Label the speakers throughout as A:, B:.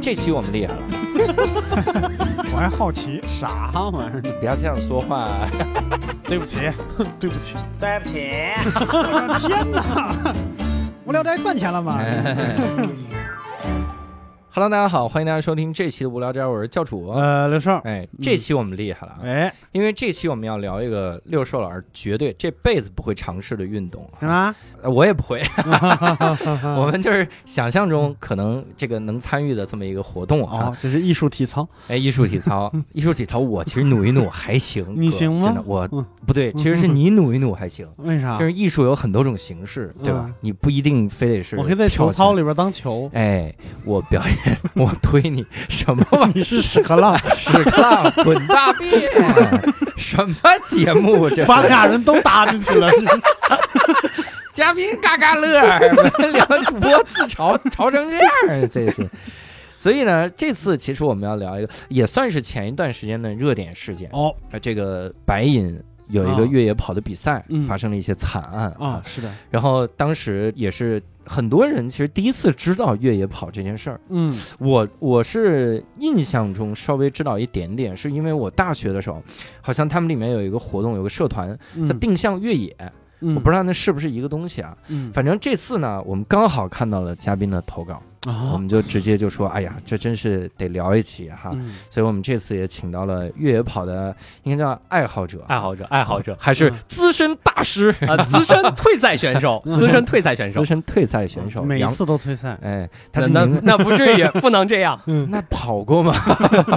A: 这期我们厉害了，
B: 我还好奇，
C: 啥玩意儿？
A: 不要这样说话。
C: 对不起， 对不起，
D: 对不起，
B: 我的天哪！无聊斋赚钱了吗？
C: 哎
A: Hello，大家好，欢迎大家收听这期的无聊斋，我是教主。
C: 呃，刘胜，
A: 哎，这期我们厉害了啊，
C: 哎，
A: 因为这期我们要聊一个六兽老师绝对这辈子不会尝试的运动，
C: 什么？
A: 呃我也不 会。 我们就是想象中可能这个能参与的这么一个活动啊。
C: 哦，这是艺术体操，
A: 哎，艺术体 操，艺术体操，我其实努一努还行。
C: 你
A: 哥
C: 行吗
A: 真的，我
C: 嗯
A: 不对，其实是你努一努还行。
C: 为啥
A: 就？是艺术有很多种形式，对吧
C: 嗯？
A: 你不一定非得是。，
C: 我可以在球操。里边当球
A: 哎，我表演，我推你，什么玩意儿？
C: 你是屎壳郎，
A: 屎壳郎滚大便，什么节目这是？
C: 把俩人都搭进去了，
A: 嘉宾嘎嘎乐，两个主播自嘲嘲成这样，这是。所以呢，这次其实我们要聊一个，也算是前一段时间的热点事件。
C: 哦，
A: 呃这个白银有一个
C: 啊
A: 越野跑的比赛，
C: 嗯
A: 发生了一些惨案
C: 啊，是的，
A: 然后当时也是很多人其实第一次知道越野跑这件事儿。
C: 嗯，
A: 我我是印象中稍微知道一点点，是因为我大学的时候，好像他们里面有一个活动，有个社团
D: 嗯
A: 叫定向越野，
C: 嗯，
A: 我不知道那是不是一个东西啊。
C: 嗯，
A: 反正这次呢，我们刚好看到了嘉宾的投稿，我
D: 哦
C: 啊，
A: 们就直接就说，哎呀，这真是得聊一起哈。
C: 嗯
A: 所以我们这次也请到了越野跑的，应该叫爱好者，
D: 爱好者，爱好者
A: 还是
C: 嗯
A: 资深大师、
D: 啊，资深退赛 选手，资深退赛选手嗯
A: 资，深退赛选手
C: 每一
A: 杨。
C: 次都退赛，
A: 哎，他
D: 那
A: 的
D: 那嗯
A: 名
D: 那不至于，不能 这样。
A: 那跑过吗？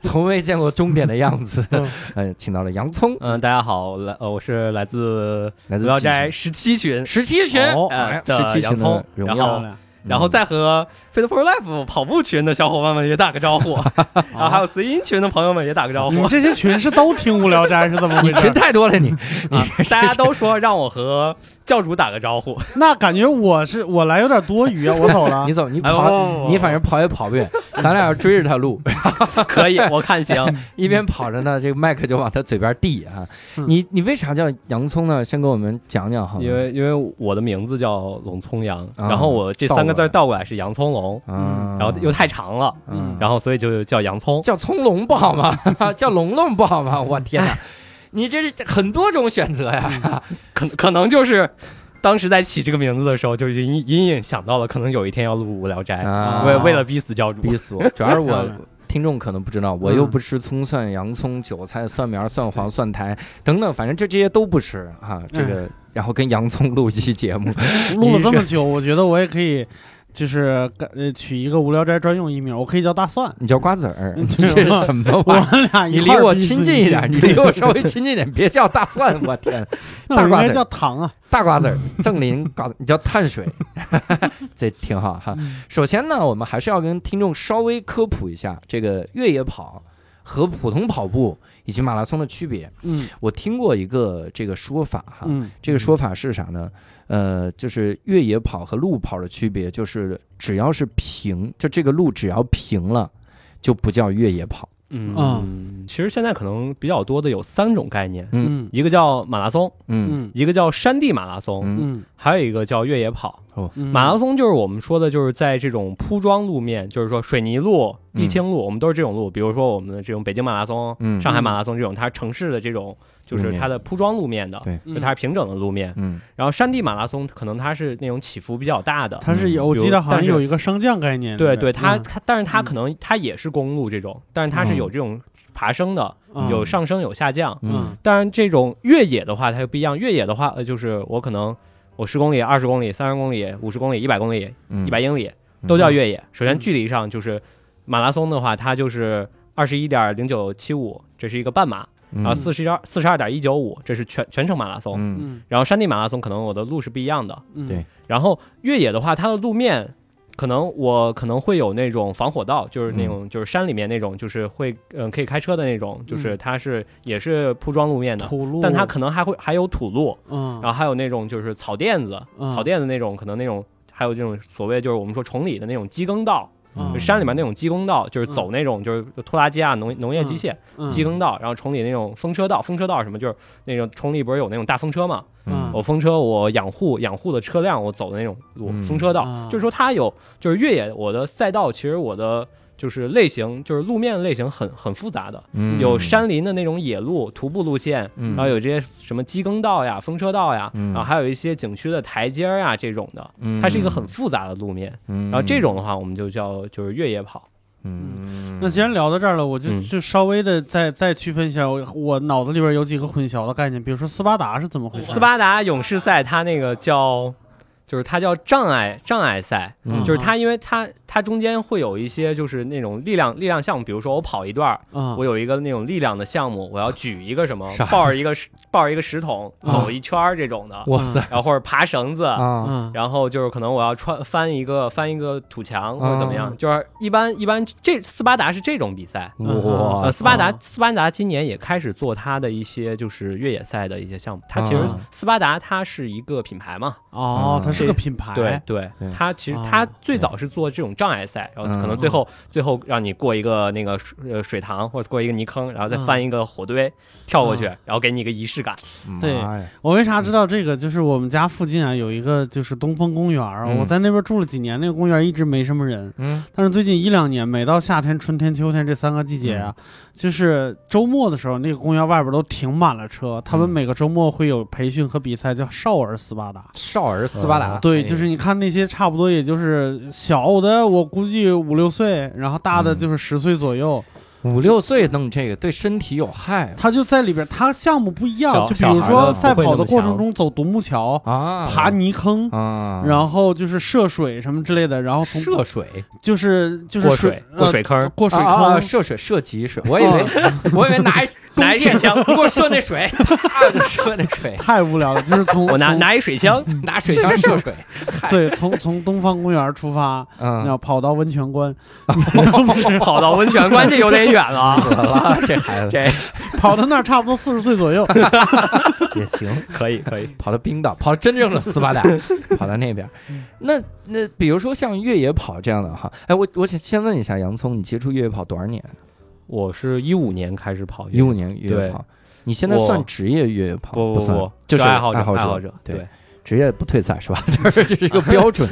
A: 从未见过终点的样子。 嗯，请到了洋葱，
D: 嗯，大家好，我来，呃，我是来自
A: 来
D: 无
A: 自
D: 聊斋十七群，
A: 十七群，
C: 哦
D: 呃
A: 哎十
D: 的
A: 七
D: 洋
A: 群
D: 葱
A: 的，
D: 然
A: 荣
D: 后
A: 耀，嗯
C: 亮，
D: 然后再和 Fit for Life 跑步群的小伙伴们也打个招 呼，然
A: 啊
D: 后还有随音群的朋友们也打个招
C: 你
D: 呼
C: 们。这些群是都听无聊斋是怎么回
A: 你群
C: 事？
A: 太多了，你
D: 啊大家都说让我和教主打个招呼，
C: 那感觉我是我来有点多余啊，我走了
A: 你，走，你
D: 哎
A: 跑，
D: 不
A: 你反正跑也跑 不远，咱俩要追着他录，
D: 可以，我看行。
A: 一边跑着呢，这个麦克就往他嘴边递啊。
C: 嗯
A: 你你为啥叫洋葱呢？先给我们讲讲好吗？
D: 因为因为我的名字叫龙葱阳，
A: 啊
D: 然后我这三个字倒过来是洋葱龙，
A: 啊，
D: 嗯然后又太长了，
A: 嗯
D: 然后所以就叫洋葱。
A: 叫葱龙不好吗？ 叫龙龙不好吗？我天 哪，你这是很多种选择呀。
D: 可可能就是当时在起这个名字的时候，就已经隐隐想到了，可能有一天要录《无聊斋》
A: 啊
D: 哎我也为了逼死教 主，
A: 逼死我！主要是
C: 漂
A: 我
C: 亮
A: 听众可能不知道，我又
C: 嗯
A: 不吃葱、蒜、洋葱、韭菜、蒜苗、蒜黄、蒜苔等等，反正这这些都不吃啊。这
C: 哎
A: 个，然后跟洋葱录一期节目，
C: 录了这么久，我觉得我也可以，就是呃取一个无聊斋专用艺名，我可以叫大蒜。
A: 你叫瓜子儿，
C: 嗯
A: 你这是什么
C: 我
A: 玩意儿？
C: 们俩
A: 你
C: 一
A: 离
C: 块儿
A: 我
C: 逼死
A: 亲近一 点，你离我稍微亲近一点，别叫大蒜，我天，
C: 那我
A: 大
C: 应
A: 瓜
C: 该
A: 子
C: 叫糖啊。
A: 大瓜子儿，正林瓜子，你叫碳水， 这挺好哈。
C: 嗯
A: 首先呢，我们还是要跟听众稍微科普一下这个越野跑和普通跑步以及马拉松的区别。
C: 嗯
A: 我听过一个这个说法哈，
C: 嗯，
A: 这个说法是啥呢？呃，就是越野跑和路跑的区别，就是只要是平，就这个路只要平了，就不叫越野跑。
D: 嗯
C: 嗯
D: 其实现在可能比较多的有三种概念，
C: 嗯
D: 一个叫马拉松，
A: 嗯
C: 嗯
D: 一个叫山地马拉松，
A: 嗯
C: 嗯
D: 还有一个叫越野跑。
C: 嗯，
D: 马拉松就是我们说的，就是在这种铺装路面，就是说水泥路、
A: 嗯
D: 沥青路，我们都是这种路。比如说我们的这种北京马拉松、
A: 嗯
D: 上海马拉松这种，它城市的这种就是它的铺装路面的，
A: 对
D: 就它是平整的路面。
A: 嗯
D: 然后山地马拉松可能它是那种起伏比较大的，
C: 它是有，我
D: 比如
C: 记得好
D: 但
C: 像
D: 是
C: 有一个升降概念。
D: 对
C: 不
D: 对，它
C: 嗯
D: 它，但是它可能它也是公路这种，但是它是有这种爬升的，
C: 嗯
D: 有上升有下降。
A: 嗯
C: 嗯
D: 当然，这种越野的话，它就不一样。越野的话，呃，就是我可能我十公里、二十公里、三十公里、五十公里、一百公里、
A: 嗯
D: 一百英里都叫越野。首先，
C: 嗯
D: 距离上就是马拉松的话，它就是二十一点零九七五，这是一个半马，然后
A: 啊
D: 四十二四十二点一九五，这是全全程马拉松。
A: 嗯
C: 嗯嗯
D: 然后山地马拉松可能我的路是不一样的。
C: 嗯
A: 对
D: 然后越野的话，它的路面可能我可能会有那种防火道，就是那
C: 嗯
D: 种、就是山里面那种，就是会嗯、呃可以开车的那种，就是它是、也是铺装路面的，
C: 嗯土路，
D: 但它可能还会还有土路，
C: 嗯
D: 然后还有那种就是草垫子，
C: 嗯
D: 草垫子那种可能那种还有这种所谓就是我们说崇礼的那种机耕道，
C: 嗯
D: 就哦山里面那种机耕道，就是走那种就是拖拉机啊、农农业机械
C: 嗯
D: 机耕道，然后崇礼那种风车道，风车道是什么就是那种崇礼不是有那种大风车嘛，
C: 嗯
D: 我风车我养护养护的车辆我走的那种路
A: 嗯
D: 风车道，
C: 啊
D: 就是说它有就是越野我的赛道，其实我的就是类型就是路面类型很很复杂的，
A: 嗯
D: 有山林的那种野路、徒步路线，
A: 嗯
D: 然后有这些什么机耕道呀、风车道呀，
A: 嗯
D: 然后还有一些景区的台阶儿啊呀这种的，
A: 嗯
D: 它是一个很复杂的路面。
A: 嗯
D: 然后这种的话，我们就叫就是越野跑。
A: 嗯，
C: 那既然聊到这儿了，我就
D: 嗯
C: 就稍微的再再区分一下，我我脑子里边有几个混淆的概念，比如说斯巴达是怎么回事？
D: 斯巴达勇士赛它那个叫，就是它叫障碍障碍赛，
A: 嗯
D: 就是它因为它它中间会有一些就是那种力量力量项目，比如说我跑一段儿，
C: 啊
D: 我，有一个那种力量的项目，我要举一个什么
A: 嗯啥，嗯
D: 抱着一个石抱着一个石桶
C: 啊
D: 走一圈儿这种的，
A: 哇塞
D: 然后或者爬绳子。
A: 啊，
C: 嗯
D: 然后就是可能我要穿翻一个翻一个土墙或者怎么
A: 哦
D: 样，
C: 啊
D: 就是一般一般这斯巴达是这种比赛，
C: 啊
A: 哇
D: 呃，斯巴达
C: 哦，
D: 斯巴达今年也开始做它的一些就是越野赛的一些项目。它其实
A: 啊
D: 斯巴达它是一个品牌嘛，
C: 哦
A: 嗯，
C: 它是个品牌，
D: 对，对嗯
A: 对，
D: 它其实
C: 哦
D: 它最早是做这种障碍赛，然后可能最后最后让你过一个那个水呃水塘或者过一个泥坑，然后再翻一个火堆跳过去，
C: 嗯
D: 然后给你一个仪式感。
A: 对
C: 对，
A: 妈呀
C: 我为啥知道这个？就是我们家附近啊有一个就是东风公园儿，
A: 嗯
C: 我在那边住了几年，那个公园一直没什么人，
A: 嗯
C: 但是最近一两年，每到夏天、春天、秋天这三个季节
D: 嗯
C: 啊，就是周末的时候，那个公园外边都停满了车。他
D: 嗯
C: 们每个周末会有培训和比赛，叫少儿斯巴达。呃
A: 少儿斯巴
D: 呃
A: 达，
D: 哎
A: 哎
C: 对，就是你看那些差不多，也就是小的，我估计五六岁，然后大的
A: 嗯
C: 就是十岁左右。
A: 五六岁弄这个对身体有害啊
C: 他就在里边，他项目不一样，
D: 小
C: 就比如
D: 小孩
C: 说
D: 的
C: 赛
D: 不会
C: 跑
D: 那
C: 的
D: 么
C: 过程
D: 强
C: 中走独木桥、
A: 啊，
C: 爬泥坑，
A: 啊，
C: 然后就是涉水什么之类的，然后从
A: 涉水
C: 就是就是
D: 过水过
C: 呃
D: 水坑，
C: 过水
A: 啊啊啊
C: 坑，
A: 涉水射击水，我以为我以为拿一
D: 拿一
A: 弓箭
D: 铁枪
A: 给我射那水，啪射那水，
C: 太无聊了，就是从
D: 我拿
C: 从
D: 拿一水枪，
A: 拿水枪射水，
C: 对，从从东方公园出发，
A: 嗯，
C: 要跑到温泉关，
D: 跑到温泉关，这有点远了 啊。
A: 死了这孩子
D: 这
C: 跑到那儿差不多四十岁左 右。
A: 也行。
D: 可以可以，
A: 跑到冰岛，跑到真正的斯巴达，跑到那边儿。那那比如说像越野跑这样的哈，哎，我我想先问一下洋葱，你接触越野跑多少年？
D: 我是一五年开始跑越
A: 一
D: 野
A: 五年越野跑，你现在
D: 我
A: 算职业越野跑？
D: 不不
A: 算
D: 不，
A: 就是
D: 爱好
A: 者，爱
D: 爱
A: 好
D: 好者
A: 对
D: 对，
A: 职业不退赛是吧？ 就是这是一个标准，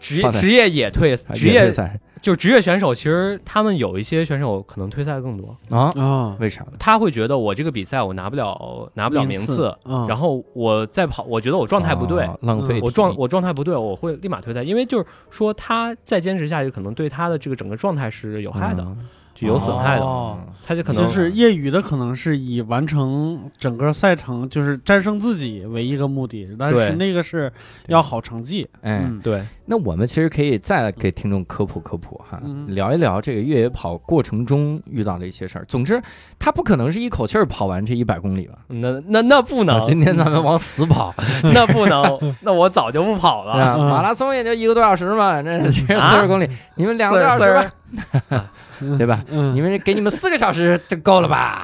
D: 职业
A: 放在啊
D: 职业也退，职
A: 也
D: 业
A: 退赛
D: 就职业选手，其实他们有一些选手可能退赛更多，
A: 啊？
C: 啊，
A: 为啥呢？
D: 他会觉得我这个比赛我拿不了拿不了名次，
C: 嗯，
D: 然后我再跑，我觉得我状态不对，嗯
A: 啊浪费
D: 我
A: 体
D: 状
A: 力
D: 我状态不对，我会立马退赛，因为就是说他再坚持下去，可能对他的这个整个状态是有害的，
A: 嗯
D: 就有损害的，
C: 哦
D: 他就可能
C: 就是业余的，可能是以完成整个赛程，就是战胜自己为一个目的，但
D: 对
C: 是那个是要好成绩。
A: 哎，
C: 嗯，
D: 对
A: 那我们其实可以再给听众科普科普哈，
C: 嗯
A: 聊一聊这个越野跑过程中遇到的一些事儿。总之，他不可能是一口气儿跑完这一百公里吧？
D: 那那那不能
A: 嗯
D: 嗯
A: 啊，，今天咱们往死跑，
D: 那不能，那我早就不跑
A: 是
D: 了。
C: 嗯
A: 吧马拉松也就一个多小时嘛，那其实四
D: 啊
A: 十公里，你们两个多小
D: 四
A: 时
D: 十
A: 吧，对吧？
C: 嗯
A: 你们给你们四个小时就够了吧？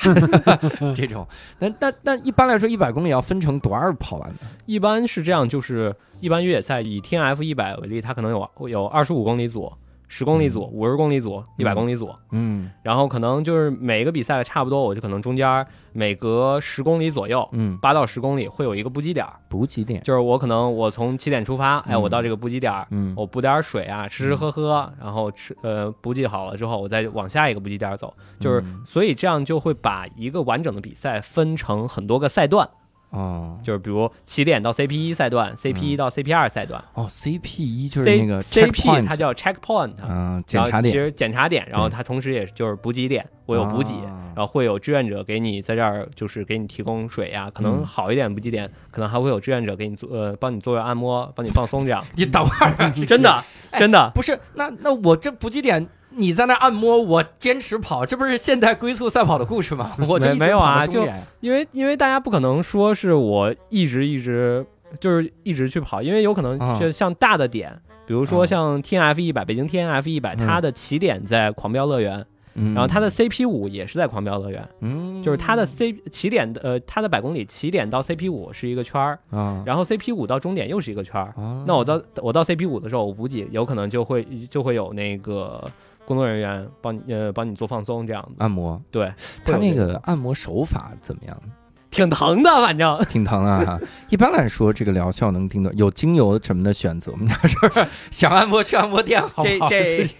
A: 这种，那那那一般来说，一百公里要分成多少跑完的？
D: 一般是这样，就是一般越野赛以 T N F 一百为例，它可能有有二十五公里组、十公里组、五十公里组、一百公里组，
A: 嗯
D: 然后可能就是每个比赛差不多，我就可能中间儿每隔十公里左右，
A: 嗯，
D: 八到十公里会有一个补给点儿，
A: 补给点，
D: 就是我可能我从起点出发，哎，
A: 嗯
D: 我到这个补给点儿，
A: 嗯
D: 我补点儿水啊，吃吃喝喝，然后吃呃补给好了之后，我再往下一个补给点儿走，就是
A: 嗯
D: 所以这样就会把一个完整的比赛分成很多个赛段，
A: 哦
D: 就是比如起点到 CP 一赛段，CP 一到 CP 二赛段
A: 哦，CP 一嗯就是那
D: ，C
A: 个
D: CP 它
A: checkpoint，
D: 叫 checkpoint，
A: 嗯，检
D: 然后
A: 查
D: 其
A: 点，
D: 实检查点，然后
A: 对
D: 它同时也就是补给点，我有补给，
A: 啊
D: 然后会有志愿者给你在这儿就是给你提供水呀、可能
A: 嗯
D: 好一点补给点，可能还会有志愿者给你做呃帮你做按摩，帮你放松这样，
A: 你等会 儿，
D: 啊真的
A: 哎
D: 真的。
A: 不是，那那我这补给点，你在那按摩，我坚持跑，这不是现代龟速赛跑的故事吗？我这
D: 没
A: 一直
D: 没有啊
A: 跑到终
D: 就
A: 点
D: 因为因为大家不可能说是我一直一直就是一直去跑，因为有可能
A: 啊
D: 就像大的点，比如说
A: 啊
D: 像 T N F 一百，北京 T N F 一百，
A: 嗯
D: 它的起点在狂飙乐园，
A: 嗯
D: 然后它的 CP 五也是在狂飙乐园，
A: 嗯
D: 就是它的 C 起点的呃，它的百公里起点到 CP 五是一个圈儿，
A: 啊，
D: 然后 CP 五到终点又是一个圈儿。
A: 啊
D: 那我到我到 CP 五的时候，我补给有可能就会就会有那个工作人员帮你呃帮你做放松这样子。
A: 按摩，
D: 对，
A: 他
D: 会有
A: 那
D: 这
A: 个按摩手法怎么样？
D: 挺疼的，反正
A: 挺疼啊哈。一般来说，这个疗效能听到有精油什么的选择吗？ 我们家是想按摩去按摩店，好
D: 这
A: 不好
D: 这
A: 自己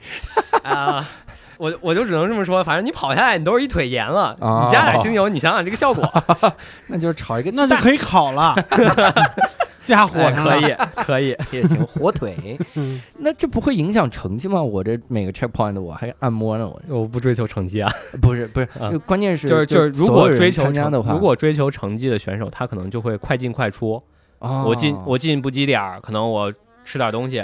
D: 啊，我我就只能这么说，反正你跑下来，你都是一腿盐了，
A: 哦
D: 你加点精油，你想想这个效果，
A: 那就是炒一个
C: 那就可以烤 了，加火
D: 哎
C: 上
D: 可
C: 了。
D: 以可以，
A: 也 行，火腿。
C: 嗯
A: 那这不会影响成绩吗？我这每个 checkpoint 我还按摩呢，我
D: 我不追求成绩啊，
A: 不是不是，
D: 啊
A: 就关键是
D: 就是就是，
A: 所
D: 如
A: 有
D: 果
A: 人
D: 追求
A: 参加
D: 成
A: 的话，
D: 如果追求成绩的选手，他可能就会快进快出，
A: 哦
D: 我进我进补给点儿，可能我吃点东西，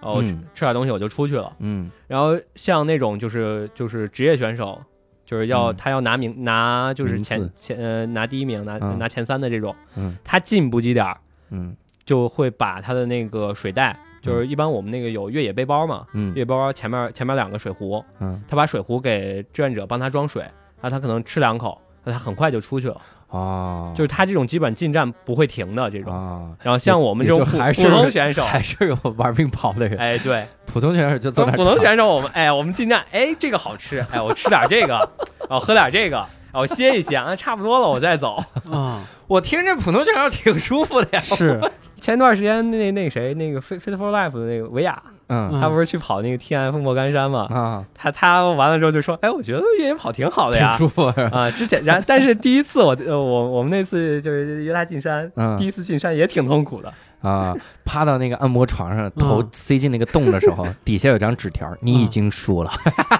D: 哦，我吃
A: 嗯
D: 吃点东西我就出去了。
A: 嗯
D: 然后像那种就是就是职业选手，就是要
A: 嗯
D: 他要拿名拿就是
A: 名
D: 前
A: 次
D: 前呃拿第一名拿
A: 嗯
D: 拿前三的这种，
A: 嗯
D: 他进补给点儿。
A: 嗯
D: 就会把他的那个水袋，就是一般我们那个有越野背包嘛，
A: 嗯
D: 越野背包前面前面两个水壶，
A: 嗯
D: 他把水壶给志愿者帮他装水，然后他可能吃两口，那他很快就出去了。
A: 哦，
D: 就是他这种基本进站不会停的这种。
A: 啊，
D: 然后像我们这种
A: 也就
D: 普
A: 还是
D: 普通选手，
A: 还是有玩命跑的人，
D: 哎对，
A: 普通选手就坐那儿
D: 普通
A: 躺
D: 选手我们哎我们进站，哎这个好吃，哎我吃点这个， 哦喝点这个，哦我歇一歇啊，差不多了我再走。
C: 啊，
A: 我听着普通选手挺舒服的呀，
C: 是，
D: 前段时间那那谁那个 Fit Fit for Life 的那个维亚，
A: 嗯
D: 他不是去跑那个 TF 莫干山吗？
A: 啊，
D: 他他完了之后就说：“哎，我觉得越野跑挺好的
A: 挺
D: 呀。
A: 舒服的”
D: 啊，之前然但是第一次我呃我我们那次就是约他进山，
A: 嗯
D: 第一次进山也挺痛苦的。
A: 啊，趴到那个按摩床上，头塞进那个洞的时 候，底下有张纸条，你已经输了。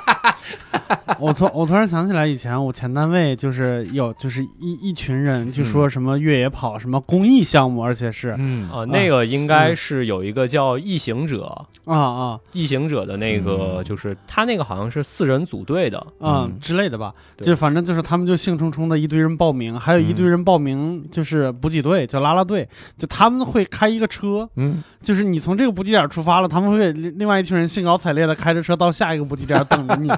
C: 我突我突然想起来，以前我前单位就是有就是一一群人就说什么越野跑什么公益项目，而且是
A: 嗯
D: 啊，那个应该是有一个叫异行者，
C: 啊啊
D: 异行者的那个
A: 嗯
D: 就是他那个好像是四人组队的，
C: 啊
A: 嗯
C: 之类的吧，
D: 对
C: 就反正就是他们就兴冲冲的一堆人报名，还有一堆
A: 嗯
C: 人报名就是补给队叫拉拉队，就他们会开一个车，
A: 嗯，
C: 就是你从这个补给点出发了，他们会给另另外一群人兴高采烈的开着车到下一个补给点等着 你，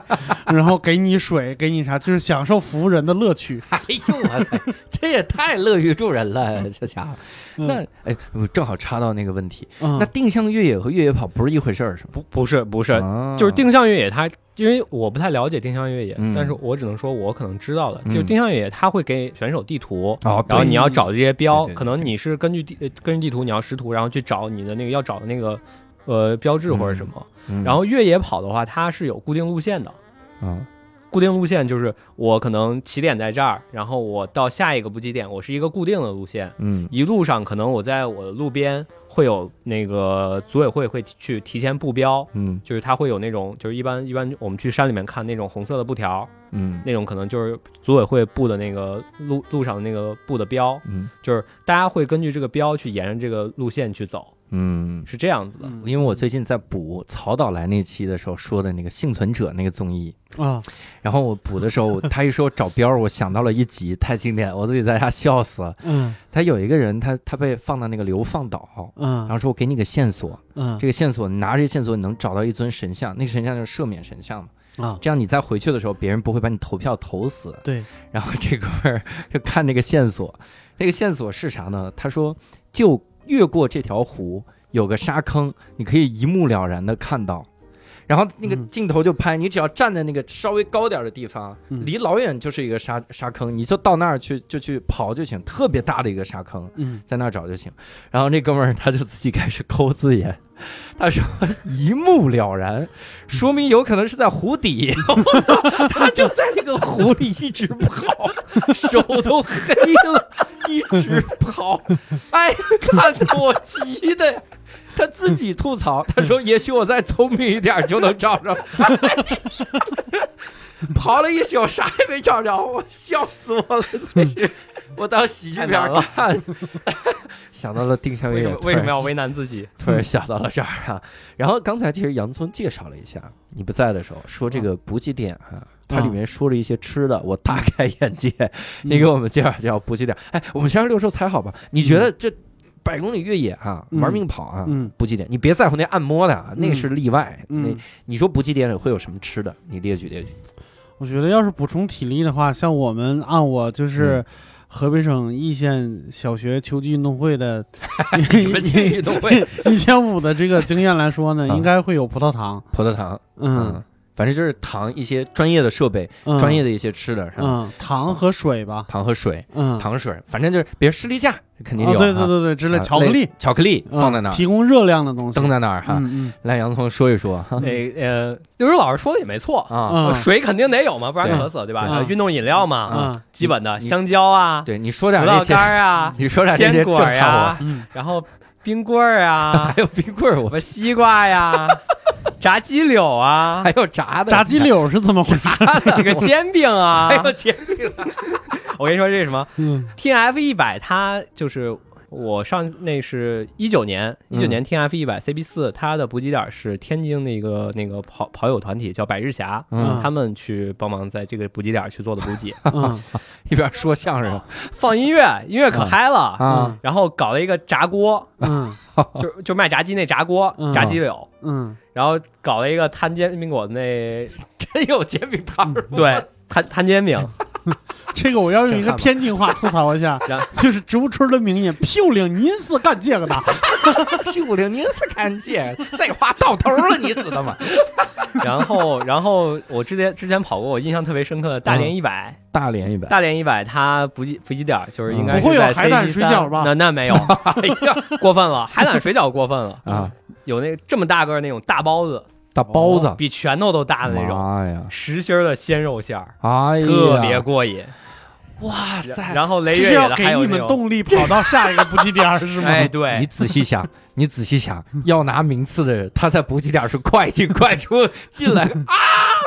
C: 然后给你水，给你啥，就是享受服务人的乐趣。
A: 哎呦我操，这也太乐于助人了，这家伙。
C: 嗯
A: 那哎，我正好插到那个问题，那
C: 嗯
A: 定向越野和越野跑不是一回事儿，是吗？
D: 不不是不是，
A: 啊
D: 就是定向越野它。因为我不太了解定向越野，
A: 嗯
D: 但是我只能说，我可能知道的，
A: 嗯
D: 就是定向越野，它会给选手地图，
A: 哦，
D: 然后
A: 对
D: 你要找这些标，
A: 对对对
D: 可能你是根据地呃根据地图你要识图，然后去找你的那个要找的那个呃标志或者什么。
A: 嗯
D: 然后越野跑的话，它是有固定路线的，
A: 嗯
D: 固定路线就是我可能起点在这儿，然后我到下一个补给点，我是一个固定的路线。
A: 嗯
D: 一路上可能我在我的路边会有那个组委会会去提前布标，
A: 嗯
D: 就是它会有那种就是一般一般我们去山里面看那种红色的布条，
A: 嗯
D: 那种可能就是组委会布的那个路路上那个布的标，
A: 嗯
D: 就是大家会根据这个标去沿着这个路线去走，
A: 嗯。
D: 是这样子的。
C: 嗯
A: 因为我最近在补曹导来那期的时候说的那个幸存者那个综艺，
C: 啊，
A: 然后我补的时候，他一说找标儿，我想到了一集，太经典了，我自己在家笑死了。
C: 嗯
A: 他有一个人，他他被放到那个流放岛，然
C: 嗯
A: 后说我给你个线索，
C: 嗯
A: 这个线索你拿着这线索，你能找到一尊神像，那个神像就是赦免神像嘛，
C: 啊，
A: 这样你再回去的时候，别人不会把你投票投死。
C: 对，
A: 然后这哥们儿就看那个线索，那个线索是啥呢？他说就越过这条湖有个沙坑，你可以一目了然的看到。然后那个
C: 嗯
A: 镜头就拍，你只要站在那个稍微高点儿的地方，
C: 嗯
A: 离老远就是一个沙沙坑，你就到那儿去就去刨就行，特别大的一个沙坑。
C: 嗯
A: 在那儿找就行。然后那哥们儿他就自己开始抠字眼，他说一目了然，说明有可能是在湖底。 我操，他就在那个湖里一直跑， 手都黑了，一直 跑。哎，看得我急的呀。他自己吐槽， 他说：“也许我再聪明一点儿就能找着。 跑了一宿，啥也没找着，我笑死我了！真是，我当喜剧片儿 看，想到了定向
D: 为
A: 越
D: 什
A: 野
D: 么，为什么要为难自 己？
A: 突然
C: 嗯
A: 想到了这儿啊。然后刚才其实洋葱介绍了一下，你不在的时候说这
C: 嗯
A: 个补给点啊，它里面说了一些吃的，我大开眼界。
C: 嗯
A: 你给我们介绍介绍补给点。哎，我们先让六兽猜好吧？你觉得这百公里越野啊，
C: 嗯
A: 玩命跑啊，
C: 嗯
A: 补给点，你别在乎那按摩的啊，
C: 嗯
A: 那是例外。那
C: 嗯，
A: 你说补给点里会有什么吃的？你列举列举。
C: 我觉得要是补充体力的话，像我们按我
A: 嗯
C: 就是河北省易县小学秋季运动会的
A: 你们进运动会
C: 一千五的这个经验来说呢，
A: 嗯
C: 应该会有葡萄糖。
A: 葡萄糖，啊
C: 嗯，，
A: 反正就是糖一些专业的设备、
C: 嗯
A: 专业的一些吃的，是吧？
C: 嗯，糖和水吧。
A: 糖和水，
C: 嗯，
A: 糖水，反正就是比如士力架肯定
C: 啊
A: 有，
C: 对对
A: 哈
C: 对对，之类
A: 啊
C: 巧克力
A: 类巧克力放在那
C: 嗯
A: 儿，
C: 提供热量的东西。
A: 灯在那儿哈。
C: 嗯
A: 来，洋葱说一说 啊哈
D: 那呃，刘叔老师说的也没错，
A: 嗯啊，
C: 嗯，
D: 水肯定得有嘛，不然
A: 对啊
D: 渴死，对吧？
C: 对
D: 呃运动饮料嘛，
C: 嗯
D: 基本的
A: 你
D: 香蕉啊、
A: 对你说
D: 葡
A: 点那
D: 萄
A: 些，
D: 干啊、
A: 你说点这
D: 坚
A: 些
D: 果
A: 震撼
D: 呀，
C: 嗯
D: 然后冰棍儿
A: 我，
D: 啊
A: 还，有冰棍儿，
D: 什
A: 我
D: 么西瓜呀、炸鸡柳啊
A: 还，有炸的，
C: 炸鸡柳是怎么回事？
D: 这个煎饼啊
A: 还，有煎饼，
D: 我跟你说这是什么
C: 嗯
D: ？TF 一百，它就是。我上那是一九年，一九
A: 嗯
D: 年 T F 一百 C B 四，它的补给点是天津那个那个跑跑友团体叫百日侠，
A: 嗯，
D: 他们去帮忙在这个补给点去做的补给，
A: 啊
C: 嗯
A: 一边说相声
D: 放音乐，音乐可嗨了，
A: 啊，
D: 然后搞了一个炸锅，
C: 嗯
D: 就就卖炸鸡那炸锅，
C: 嗯
D: 炸鸡柳，
C: 嗯
D: 然后搞了一个摊煎饼果子那 嗯
A: 真有煎饼摊儿，
D: 对摊摊煎饼，
C: 这个我要用一个天津话吐槽一下
D: 然后，
C: 就是植物村的名言：“漂亮，您是干这个的。
A: 漂亮，您是看见，这话到头了，你知道吗？
D: 然后然后我之前之前跑过，我印象特别深刻的大
A: 嗯
D: 连一百，
A: 大连一百，
D: 大连一百它补给补给点就是应该
A: 嗯
D: 是
C: 不会有
D: 在
C: 海胆
D: CG
C: 水饺吧
D: 三那那 没有，哎呀，过分了，海胆水饺过分了
A: 啊，
D: 有那个这么大个儿那种大包子，
A: 大包
C: 哦
A: 子，
D: 比拳头都大的那种，
A: 妈呀，
D: 实心儿的鲜肉馅儿。
A: 哎呀，
D: 特别过瘾。
A: 哇塞！
D: 然后”雷
C: 这
D: 越
C: 是
D: 野
C: 要
D: 的
C: 给
D: 还有
C: 你
D: 那
C: 们
D: 种，
C: 动力跑到下一个补给点儿 是吗？
D: 哎，
A: 你
D: 对，
A: 仔细想， 你仔细想，要拿名次的人，他在补给点是快进快出，进来啊，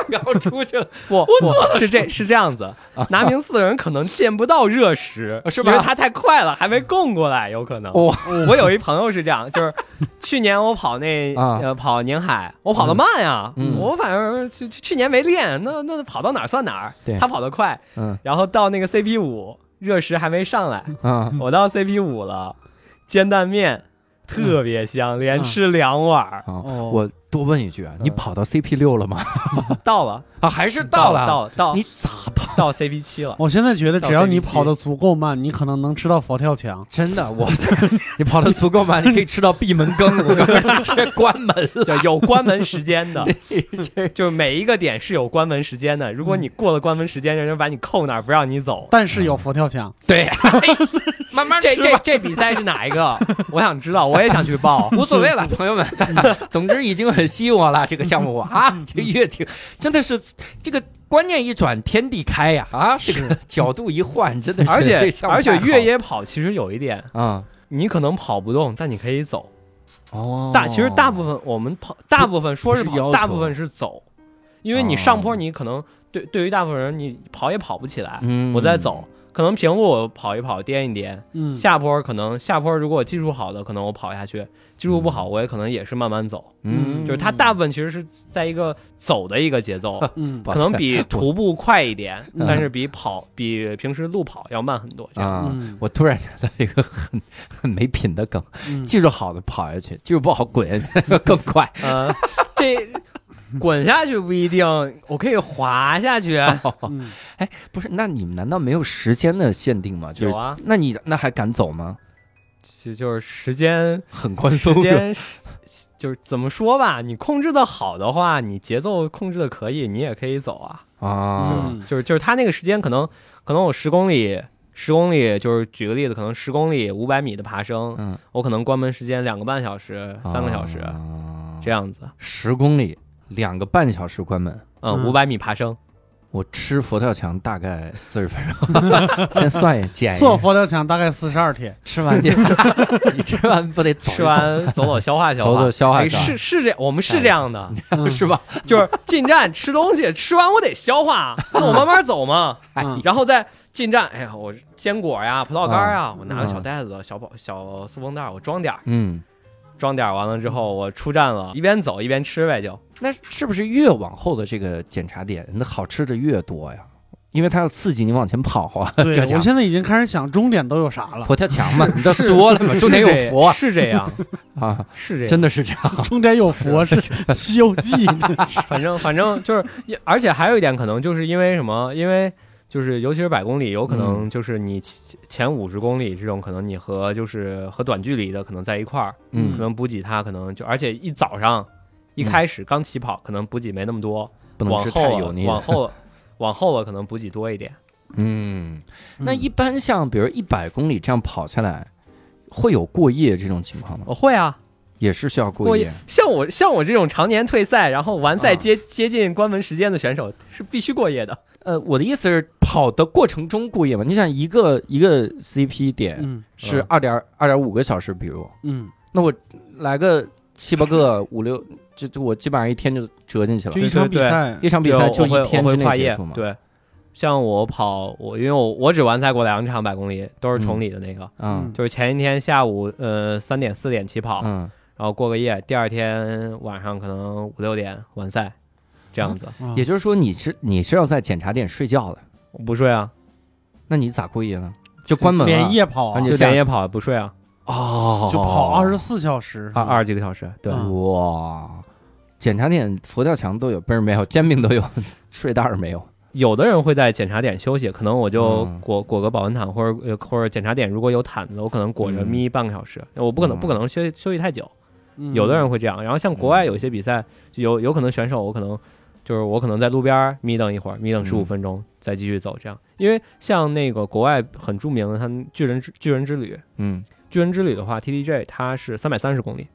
A: 然后出去了，
D: 不不是这是这 样子，拿名次的人可能见不到热食，
A: 啊是
D: 因为
A: 吧
D: 他太快了，还没供过来，有可能。
A: 哇
D: 我有一朋友是这样，就是去年我跑那
A: 啊
D: 呃跑宁海，我跑得慢呀
A: 嗯，嗯
D: 我反正去去去年没练，那那跑到哪儿算哪儿
A: 对，
D: 他跑得快，
A: 嗯
D: 然后到那个 CP 五热食还没 上来，
A: 啊，
D: 我到 CP 五了，煎蛋面特别香，连吃两碗儿，
A: 嗯啊，
C: 哦
A: 我多问一句啊，你跑到 CP 六了吗？
D: 到了。
A: 啊，还是
D: 到
A: 了？
D: 到到
A: 你咋跑？
D: 到 CP 七了。
C: 我现在觉得，只要你
D: 到 CBC
C: 跑得足够慢，你可能能吃到佛跳墙。
A: 真的，哇塞！ 你跑的足够慢，你可以吃到闭门 羹，我告诉你，直接关门 了。
D: 就有关门时间 的，就是每一个点是有关门时间的。如果你过了关门时间，人家把你扣那儿不让你走。
C: 但是有佛跳墙，
A: 对，哎慢慢
D: 这
A: 吃
D: 这
A: 嗯吧，
D: 这比赛是哪 一个？我想知道，我也想去报。
A: 无所谓了， 朋友们。总之已经很吸引我了，这个项目啊，这越听真的是这个观念一转，天地开呀啊！这个角度一换，真的是
D: 而
A: 这
D: 且
A: 项目
D: 而且
A: 太好
D: 越野跑其实有一点，
A: 啊。
D: 你可能跑不动，但你可以走。
A: 哦
D: 大其实大部分我们跑，大部分说是
A: 不是要求
D: 跑，大部分是走，因为你上坡
A: 哦
D: 你可能对对于大部分人你跑也跑不起来。
A: 嗯
D: 我在走，可能平路我跑一跑，颠一颠，
C: 嗯，
D: 下坡可能下坡，如果我技术好的，可能我跑下去；技术不好，我也可能也是慢慢走。
A: 嗯，
D: 就是它大部分其实是在一个走的一个 节奏，
C: 嗯
A: 哇
D: 可能比徒步快 一点，
C: 嗯
D: 但是比跑比平时路跑要慢很多。这样，
A: 啊。
C: 嗯
A: 我突然想到一个很很没品的梗，
C: 嗯
A: 技术好的跑下去，技术不好滚 下去更快。
D: 呃，这滚下去不一定，我可以滑下去。啊
A: 哦
C: 嗯
A: 不是，那你们难道没有时间的限定吗？就是
D: 有，啊，
A: 那你那还敢走吗？
D: 就就是时间，
A: 很宽
D: 时
A: 松，
D: 间是。 就是怎么说吧，你控制的好的话，你节奏控制的可以，你也可以走啊。
A: 啊，
C: 嗯
D: 就是就是他那个时间可能可能我十公里十公里就是举个例子，可能十公里五百米的爬升，
A: 嗯，
D: 我可能关门时间两个半小时、三个小时
A: 啊
D: 这样子。
A: 十公里两个半小时关门。
D: 嗯，
C: 嗯
D: 五百米爬升，
A: 我吃佛跳墙大概四十分 钟，先算一减一，
C: 做哎佛跳墙大概四十二天，
A: 吃完你 你吃完不得走一走
D: 吃完走走消化消
A: 走
D: 化
A: 走。消化
D: 哎
A: 消化哎
D: 是是这，我们是这样的，
C: 嗯
A: 是吧？
D: 就是进站吃东西，吃完我得 消化，那我慢慢走嘛，
C: 嗯
D: 然后再进站。哎呀，我坚果呀、葡萄干啊，我拿个小袋子、小包、小塑封袋，我装点儿，
A: 嗯，
D: 装点儿完了之后，我出站了，一边走一边吃呗，就
A: 那是不是越往后的这个检查点，那好吃的越多呀？因为它要刺激你往前跑啊。
C: 对
A: 这，
C: 我
A: 讲
C: 现在已经开始想终点都有啥 了，
A: 佛跳墙嘛，你都说了嘛， 重点有佛啊
D: 是这样，
A: 啊，
D: 是这样，
A: 真的是这样。
C: 终点有佛是《西游记》
D: 反正反正就是，也而且还有一点，可能就是因为什么？因为就是尤其是百公里，有
A: 嗯
D: 可能就是你前前五十公里这种，可能你和就是和短距离的可能在一块儿，可
A: 嗯，
D: 能补给它可能就，而且一早上一开始刚起跑，可能补给没那么多，
A: 不能
D: 往
A: 吃
D: 后
A: 太
D: 了
A: 油腻了。
D: 往后了往后了可能补给多一点。
A: 嗯，那一般像比如一百公里这样跑下来，会有过夜这种情况吗？
D: 我会啊，
A: 也是需要过
D: 过夜。像我像我这种常年退赛，然后完
A: 啊
D: 赛接、接近关门时间的选手是必须过夜的。
A: 呃，我的意思是跑的过程中过夜嘛？你想一个一个 CP 点
C: 嗯
A: 是二点二点五个小时，比如
C: 嗯，
A: 那我来个七八个五六，这这我基本上一天就折进去了
C: 就。一场比赛，
A: 一场比
D: 对
A: 赛
D: 我
A: 就
D: 会
A: 一天
D: 我
A: 之
D: 会跨
A: 内结
D: 夜
A: 束嘛？
D: 对，像我跑我因为我我只完赛过两场百公里，都是崇礼的那个，
A: 嗯
D: 就是前一天下午呃三点四点起跑，
A: 嗯，
D: 然后过个夜，第二天晚上可能五六点完赛，这样子。
C: 啊
A: 也就是说你是你是要在检查点睡觉的，
D: 我不睡啊，
A: 那你咋过夜呢？就关门
C: 连
A: 了
C: 夜跑啊
A: 啊，你
D: 就
A: 下
D: 连夜跑不睡啊，
A: 哦，
C: 就跑二十四小
A: 嗯
C: 时，
D: 二二十几个小时。对，
C: 嗯
A: 哇，检查点佛跳墙都有，不是没有煎饼都有， 睡袋儿没有。
D: 有的人会在检查点休息，可能我就
A: 嗯
D: 裹裹个保温毯，或者呃或者检查点如果有毯子，我可能裹着
A: 嗯
D: 眯半个小时，我不可能
A: 嗯
D: 不可能休息休息太久。
C: 嗯
D: 有的人会这样。然后像国
A: 嗯
D: 外有一些比赛，就有有可能选手我可能就是我可能在路边儿眯瞪一会儿，眯瞪十五
A: 嗯
D: 分钟，再继续走这样。因为像那个国外很著名的，他们巨人之巨人之旅，
A: 嗯，
D: 巨人之旅的话，TDJ 它是三百三十公里，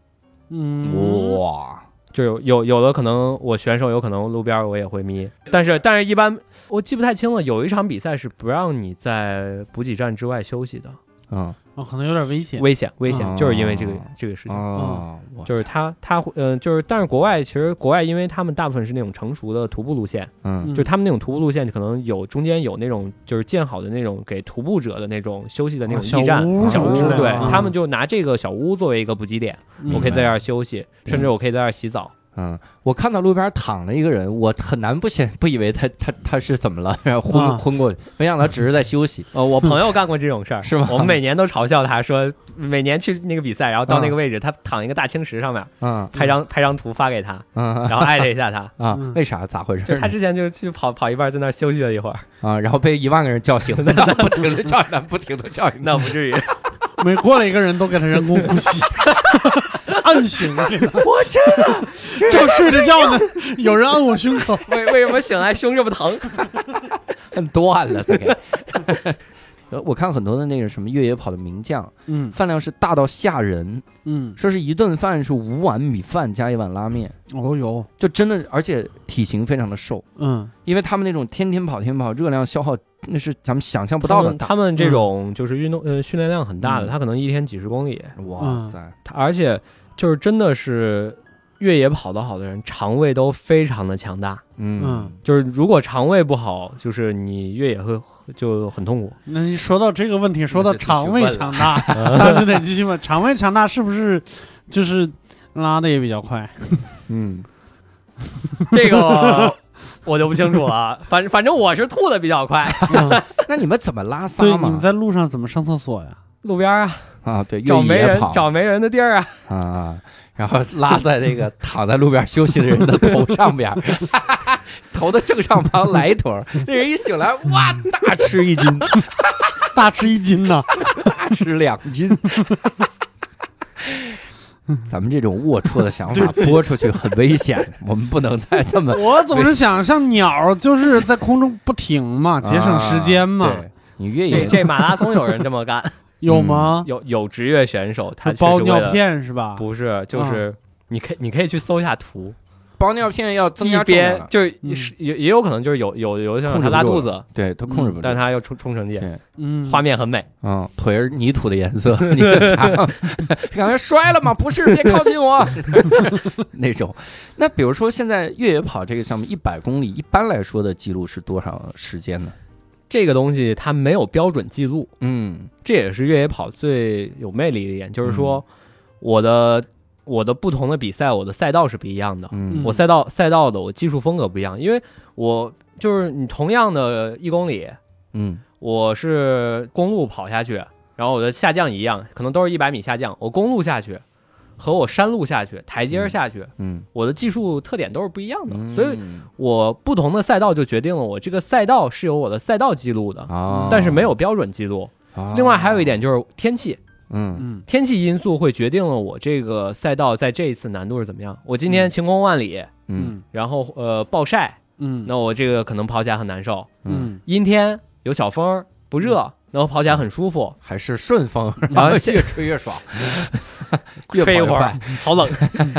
C: 嗯，
A: 哇，
D: 就有有有的可能我选手有可能路边儿我也会眯，但是但是一般我记不太清了，有一场比赛是不让你在补给站之外休息的，
A: 嗯
C: 哦可能有点危险，
D: 危险危险，
A: 哦
D: 就是因为这个这个事情。
A: 哦，哇
D: 就是他，他会，嗯、就是，但是国外其实国外，因为他们大部分是那种成熟的徒步路线，
A: 嗯
C: 嗯
D: 就他们那种徒步路线，可能有中间有那种就是建好的那种给徒步者的那种休息的
C: 啊
D: 那种
C: 小
D: 驿站、
C: 屋
D: 小
A: 什么之类的
D: 对、
A: 啊
D: 他们就拿这个小屋作为一个补给点，
C: 嗯
D: 我可
A: 明白
D: 以在这儿休息，甚至我可以在这儿洗澡。
A: 嗯，我看到路边躺着一个人，我很难不先不以为他他他是怎么了，然后昏
C: 啊
A: 昏过去，没想到只是在休息。
D: 呃，我朋友干过这种事儿，
A: 是吗
D: 我们每年都嘲笑他说，每年去那个比赛，然后到那个位置，他躺一个大青石上面，
A: 嗯
D: 拍张拍张图发给他，
A: 嗯。
D: 然后艾特一下他
A: 啊
C: 嗯，
A: 为啥？咋回
D: 就是
A: 事
D: 他之前就去跑跑一半，在那儿休息了一 会儿，
A: 啊？然后被一万个人叫醒， 不停的叫醒他，不停 的叫醒他。
D: 那不至于。
C: 每过来一个人都给他人工呼吸，按醒 了，
A: 我真 的
C: 正睡着觉呢，有人按我 胸口，
D: 为为什么醒来胸这么 疼？
A: 摁断了，这给。呃 我看很多的那个什么越野跑的名将，
C: 嗯
A: 饭量是大到吓人，
C: 嗯，
A: 说是一顿饭是五碗米饭加一碗拉面，
C: 哦有，
A: 就真的，而且体型非常的瘦，
C: 嗯
A: 因为他们那种天天跑、天天跑，热量消耗那是咱们想象不到的大。
D: 他们这种就是运动呃训练量很大的，
A: 嗯
D: 他可能一天几十公里，
A: 哇塞，
D: 他而且就是真的是越野跑得好的人，肠胃都非常的强大。
A: 嗯
C: 嗯，
D: 就是如果肠胃不好，就是你越野会就很痛苦。
C: 那你说到这个问题，说到肠胃强大，
D: 嗯
C: 那就得继续问，肠胃强大是不是就是拉的也比较快？
A: 嗯，
D: 这个我就不清楚了，啊反反正我是吐的比较快，
A: 那你们怎么拉
C: 对
A: 撒，
C: 嗯你们
A: 嘛？
C: 在路上怎么上厕所呀？
D: 路边啊，
A: 啊，对，越
D: 找没
A: 野
D: 人
A: 跑
D: 找没人的地儿啊，
A: 啊，然后拉在那个躺在路边休息的人的头上边儿， 头的正上方来一坨儿，那人一醒来，哇，大吃一惊，
C: 大吃一惊呐！
A: 大吃两斤。 咱们这种龌龊的想法播出去很危险，我们不能再这 么
C: 我总是想像鸟，就是在空中不 停嘛，节省时间嘛，
A: 啊啊对你越
D: 这
A: 野
D: 这马拉松有人这么干，
C: 有
A: 嗯
C: 吗？
D: 有有职业选手他
C: 就包
D: 确实为了
C: 尿，片是吧？
D: 不是就是你可以你可以去搜一下图，
A: 包尿片要增
D: 一
A: 加重量
D: 边
A: 了，
D: 就是
C: 嗯
D: 也也有可能就是有有有的选手
A: 控制
D: 他
A: 不
D: 拉
A: 住
D: 肚
A: 了
D: 子，
A: 对，他控制不住
D: 但。他又冲冲成绩，
A: 对
C: 嗯，
D: 画面很美。
A: 嗯，腿是泥土的颜 色，你的墙感觉摔了吗？不是，别靠近 我那种。那比如说现在越野跑这个项目，一百公里一般来说的记录是多少时间呢？
D: 这个东西它没有标准记录，
A: 嗯嗯
D: 这也是越野跑最有魅力的一点，就是说我的我的不同的比赛，我的赛道是不一样的。
A: 嗯
C: 嗯
D: 我赛道赛道的我技术风格不一样，因为我就是你同样的一公里，
A: 嗯
D: 我是公路跑下去，然后我的下降一样，可能都是一百米下降，我公路下去和我山路下去、台阶儿下去，
A: 嗯
D: 我的技术特点都是不一样的，
A: 嗯，
D: 所以我不同的赛道就决定了我这个赛道是有我的赛道记录的，
A: 啊，
D: 但是没有标准记录。
A: 啊。
D: 另外还有一点就是天气，
A: 嗯，
C: 嗯
D: 天气因素会决定了我这个赛道在这一次难度是怎么样。我今天晴空万里，
A: 嗯
D: 然后呃暴晒，
C: 嗯
D: 那我这个可能跑起来很难受。
A: 嗯，
C: 嗯
D: 阴天有小风儿，不热，那我跑起来很舒 服。
A: 还是顺风，
D: 然后
A: 嗯越吹越爽， 越
D: 吹一会
A: 跑越
D: 儿
A: 快，
D: 好冷，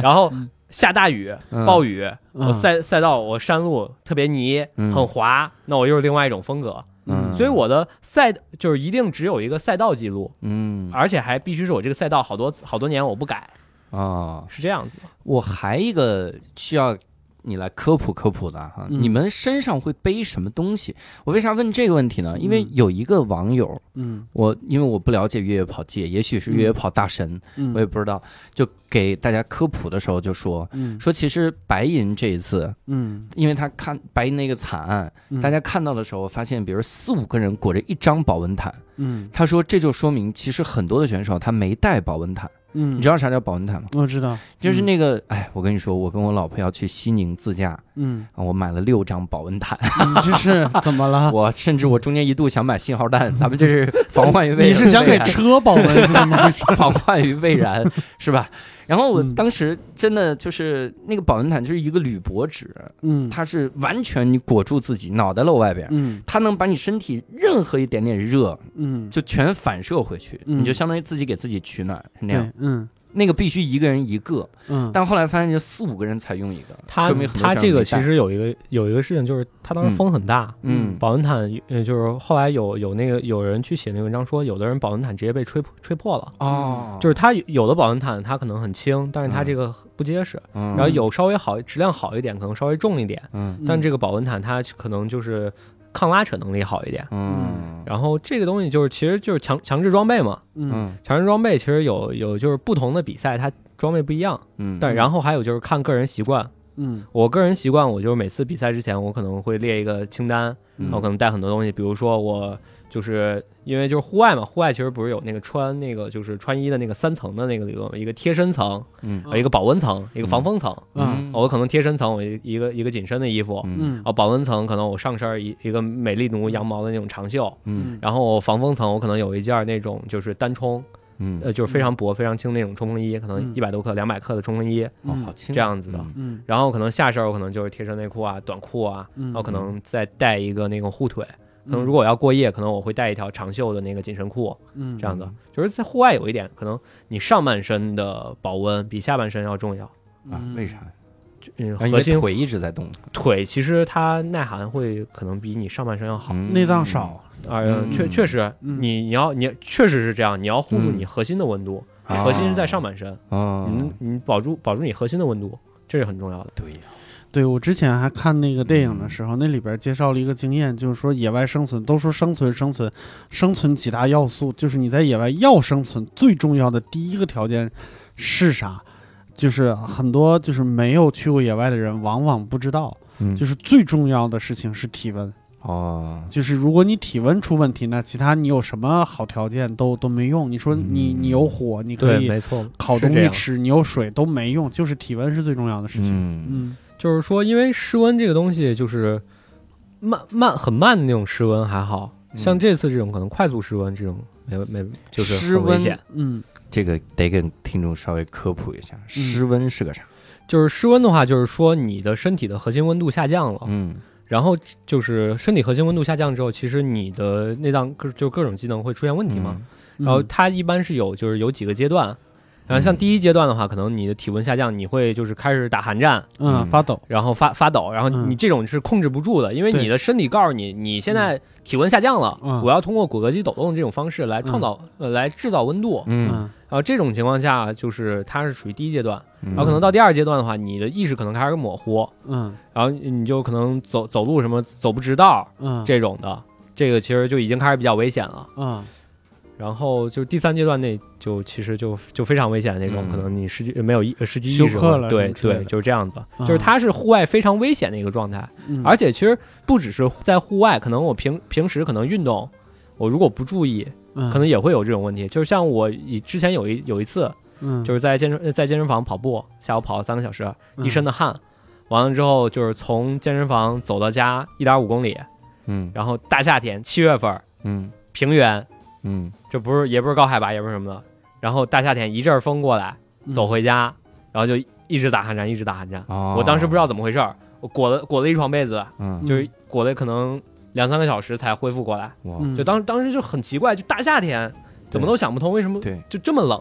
D: 然后
C: 嗯
D: 下大雨、
A: 嗯
D: 暴雨，我
C: 嗯
D: 赛赛道我山路特别泥，
A: 嗯
D: 很滑，那我又是另外一种风格。
A: 嗯
D: 所以我的赛就是一定只有一个赛道记录，
A: 嗯
D: 而且还必须是我这个赛道好多好多年我不改，
A: 啊，
D: 是这样子的。
A: 我还一个需要你来科普科普的哈，
C: 嗯
A: 你们身上会背什么东西？我为啥问这个问题呢？因为
C: 嗯
A: 有一个网友，
C: 嗯
A: 我因为我不了解越野跑界，也许是越野跑大神，
C: 嗯
A: 我也不知道，就给大家科普的时候就说
C: 嗯
A: 说，其实白银这一次，
C: 嗯
A: 因为他看白银那个惨案，
C: 嗯
A: 大家看到的时候发现，比如四五个人裹着一张保温毯，
C: 嗯
A: 他说这就说明其实很多的选手他没带保温毯。
C: 嗯
A: 你知道啥叫保温毯吗？
C: 我知道
A: 就是那个，哎，我跟你说，我跟我老婆要去西宁自驾，
C: 嗯
A: 啊我买了六张保温毯，
C: 你这 是怎么了？
A: 我甚至我中间一度想买信号弹，咱们这 是防患于未然。
C: 你是想给车保温是怎么回事？
A: 防患于未然，是吧？然后我
C: 嗯
A: 当时真的就是那个保温毯就是一个铝箔纸，
C: 嗯
A: 它是完全你裹住自己，脑袋露外边。
C: 嗯
A: 它能把你身体任何一点点热
C: 嗯
A: 就全反射回去，
C: 嗯
A: 你就相当于自己给自己取暖是那样
C: 对。嗯
A: 那个必须一个人一个，
C: 嗯
A: 但后来发现就四五个人才用一个，
D: 他
A: 说明很多
D: 他
A: 选手
D: 这个
A: 没带
D: 其实有一个有一个事情，就是他当时风很大，
A: 嗯
D: 保温毯呃就是后来有有那个有人去写那个文章说，有的人保温毯直接被吹吹破了。
A: 哦，
D: 就是它有的保温毯它可能很轻，但是
A: 嗯
D: 它这个不结实。
A: 嗯
D: 然后有稍微好质量好一点，可能稍微重一点，
A: 嗯
D: 但这个保温毯它可能就是抗拉扯能力好一点。
A: 嗯
D: 然后这个东西就是其实就是强强制装备嘛，
C: 嗯
A: 嗯
D: 强制装备其实有有就是不同的比赛它装备不一样，
A: 嗯，
D: 但然后还有就是看个人习惯。
C: 嗯
D: 我个人习惯，我就是每次比赛之前，我可能会列一个清单，
A: 嗯
D: 我可能带很多东西，比如说我就是因为就是户外嘛，户外其实不是有那个穿那个就是穿衣的那个三层的那个理论嘛，一个贴身层，
A: 嗯哦
D: 呃一个保温层，一个防风层。
C: 嗯
D: 我可能贴身层我一一个一个紧身的衣服，
A: 嗯
C: 嗯
D: 然后哦保温层可能我上身儿一一个美丽奴羊毛的那种长袖，
A: 嗯
D: 然后防风层我可能有一件儿那种就是单冲，
A: 嗯
D: 呃，就是非常薄、非常轻那种冲锋衣，可能
C: 嗯
D: 一百多克、两百克的冲锋衣
A: 哦好轻
D: 嗯这样子的。
C: 嗯
D: 然后可能下身儿我可能就是贴身内裤啊、短裤啊，
A: 哦
C: 嗯，
D: 然后可能再带一个那个护腿。
A: 嗯
D: 可能如果我要过夜，可能我会带一条长袖的那个紧身裤，
C: 嗯
D: 这样的。就是在户外有一点，可能你上半身的保温比下半身要重要。
C: 嗯
A: 啊为啥？
D: 就嗯，
A: 啊因
D: 核
A: 为
D: 心
A: 腿一直在动，
D: 腿其实它耐寒会可能比你上半身要好，
A: 内
C: 内脏少？
D: 呃，
A: 嗯
D: 确确实，
C: 嗯
D: 你你要你确实是这样，你要护住
A: 嗯
D: 你核心的温度，
A: 啊
D: 核心是在上嗯半身，
A: 啊，
D: 你你保住保住你核心的温度，这是很重要的。
A: 对呀，
C: 对我之前还看那个电影
D: 嗯
C: 的时候，那里边介绍了一个经验，就是说野外生存，都说生存生存，生存几大要素，就是你在野外要生存，最重要的第一个条件是啥？就是很多就是没有去过野外的人，往往不知道，
A: 嗯
C: 就是最重要的事情是体温。
A: 哦，
C: 就是如果你体温出问题，那其他你有什么好条件都都没用。你说你
A: 嗯
C: 你有火，你可以
D: 错，
C: 烤东
D: 是这
C: 西
D: 样
C: 吃，你有水都没用，就是体温是最重要的事情。
A: 嗯
C: 嗯
D: 就是说，因为室温这个东西就是慢慢很慢的那种室温还好，
A: 嗯
D: 像这次这种可能快速室温这种没没就是
A: 室
D: 很危
A: 温
D: 险，
C: 嗯
A: 这个得给听众稍微科普一下，
D: 嗯
A: 湿温是个啥？
D: 就是室温的话，就是说你的身体的核心温度下降了，
A: 嗯
D: 然后就是身体核心温度下降之后，其实你的内脏各就各种机能会出现问题嘛。
C: 嗯嗯
D: 然后它一般是有就是有几个阶段，然后像第一阶段的话，可能你的体温下降，你会就是开始打寒战，
C: 嗯
A: 嗯
C: 发抖，
D: 然后发发抖，然后
C: 嗯
D: 你这种是控制不住的，因为
C: 对
D: 你的身体告诉你你现在体温下降了，
C: 嗯
D: 我要通过骨骼肌抖动这种方式来创造、呃来制造温度。
A: 嗯
C: 嗯
D: 然后这种情况下就是它是属于第一阶段，
A: 嗯
D: 然后可能到第二阶段的话，你的意识可能开始模糊，
C: 嗯
D: 然后你就可能走走路什么走不直道，
C: 嗯
D: 这种的，这个其实就已经开始比较危险了。
C: 嗯
D: 然后就第三阶段内就其实就就非常危险那种，
A: 嗯
D: 可能你失去没有意呃失去意
C: 休
D: 识
C: 克
D: 或
C: 了
D: 对
C: 什么之类
D: 对，
C: 的
D: 就是这样子，
C: 啊
D: 就是它是户外非常危险的一个状态，
C: 嗯
D: 而且其实不只是在户外，可能我平平时可能运动，我如果不注意，
C: 嗯
D: 可能也会有这种问题。就是像我以之前有一有一次，
C: 嗯
D: 就是在健身在健身房跑步，下午跑了三个小时，
C: 嗯
D: 一身的汗，完了之后就是从健身房走到家一点五公里，
A: 嗯
D: 然后大夏天七月份儿
A: 嗯
D: 平原，
A: 嗯
D: 这不是也不是高海拔，也不是什么的，然后大夏天一阵风过来，
C: 嗯
D: 走回家，然后就一直打寒战，一直打寒战。
A: 哦，
D: 我当时不知道怎么回事儿，我裹了裹了一床被子，
A: 嗯，
D: 就是裹了可能两三个小时才恢复过来。
A: 哇，
C: 嗯
D: 就当当时就很奇怪，就大夏天怎么都想不通为什么
A: 对，
D: 就这么冷。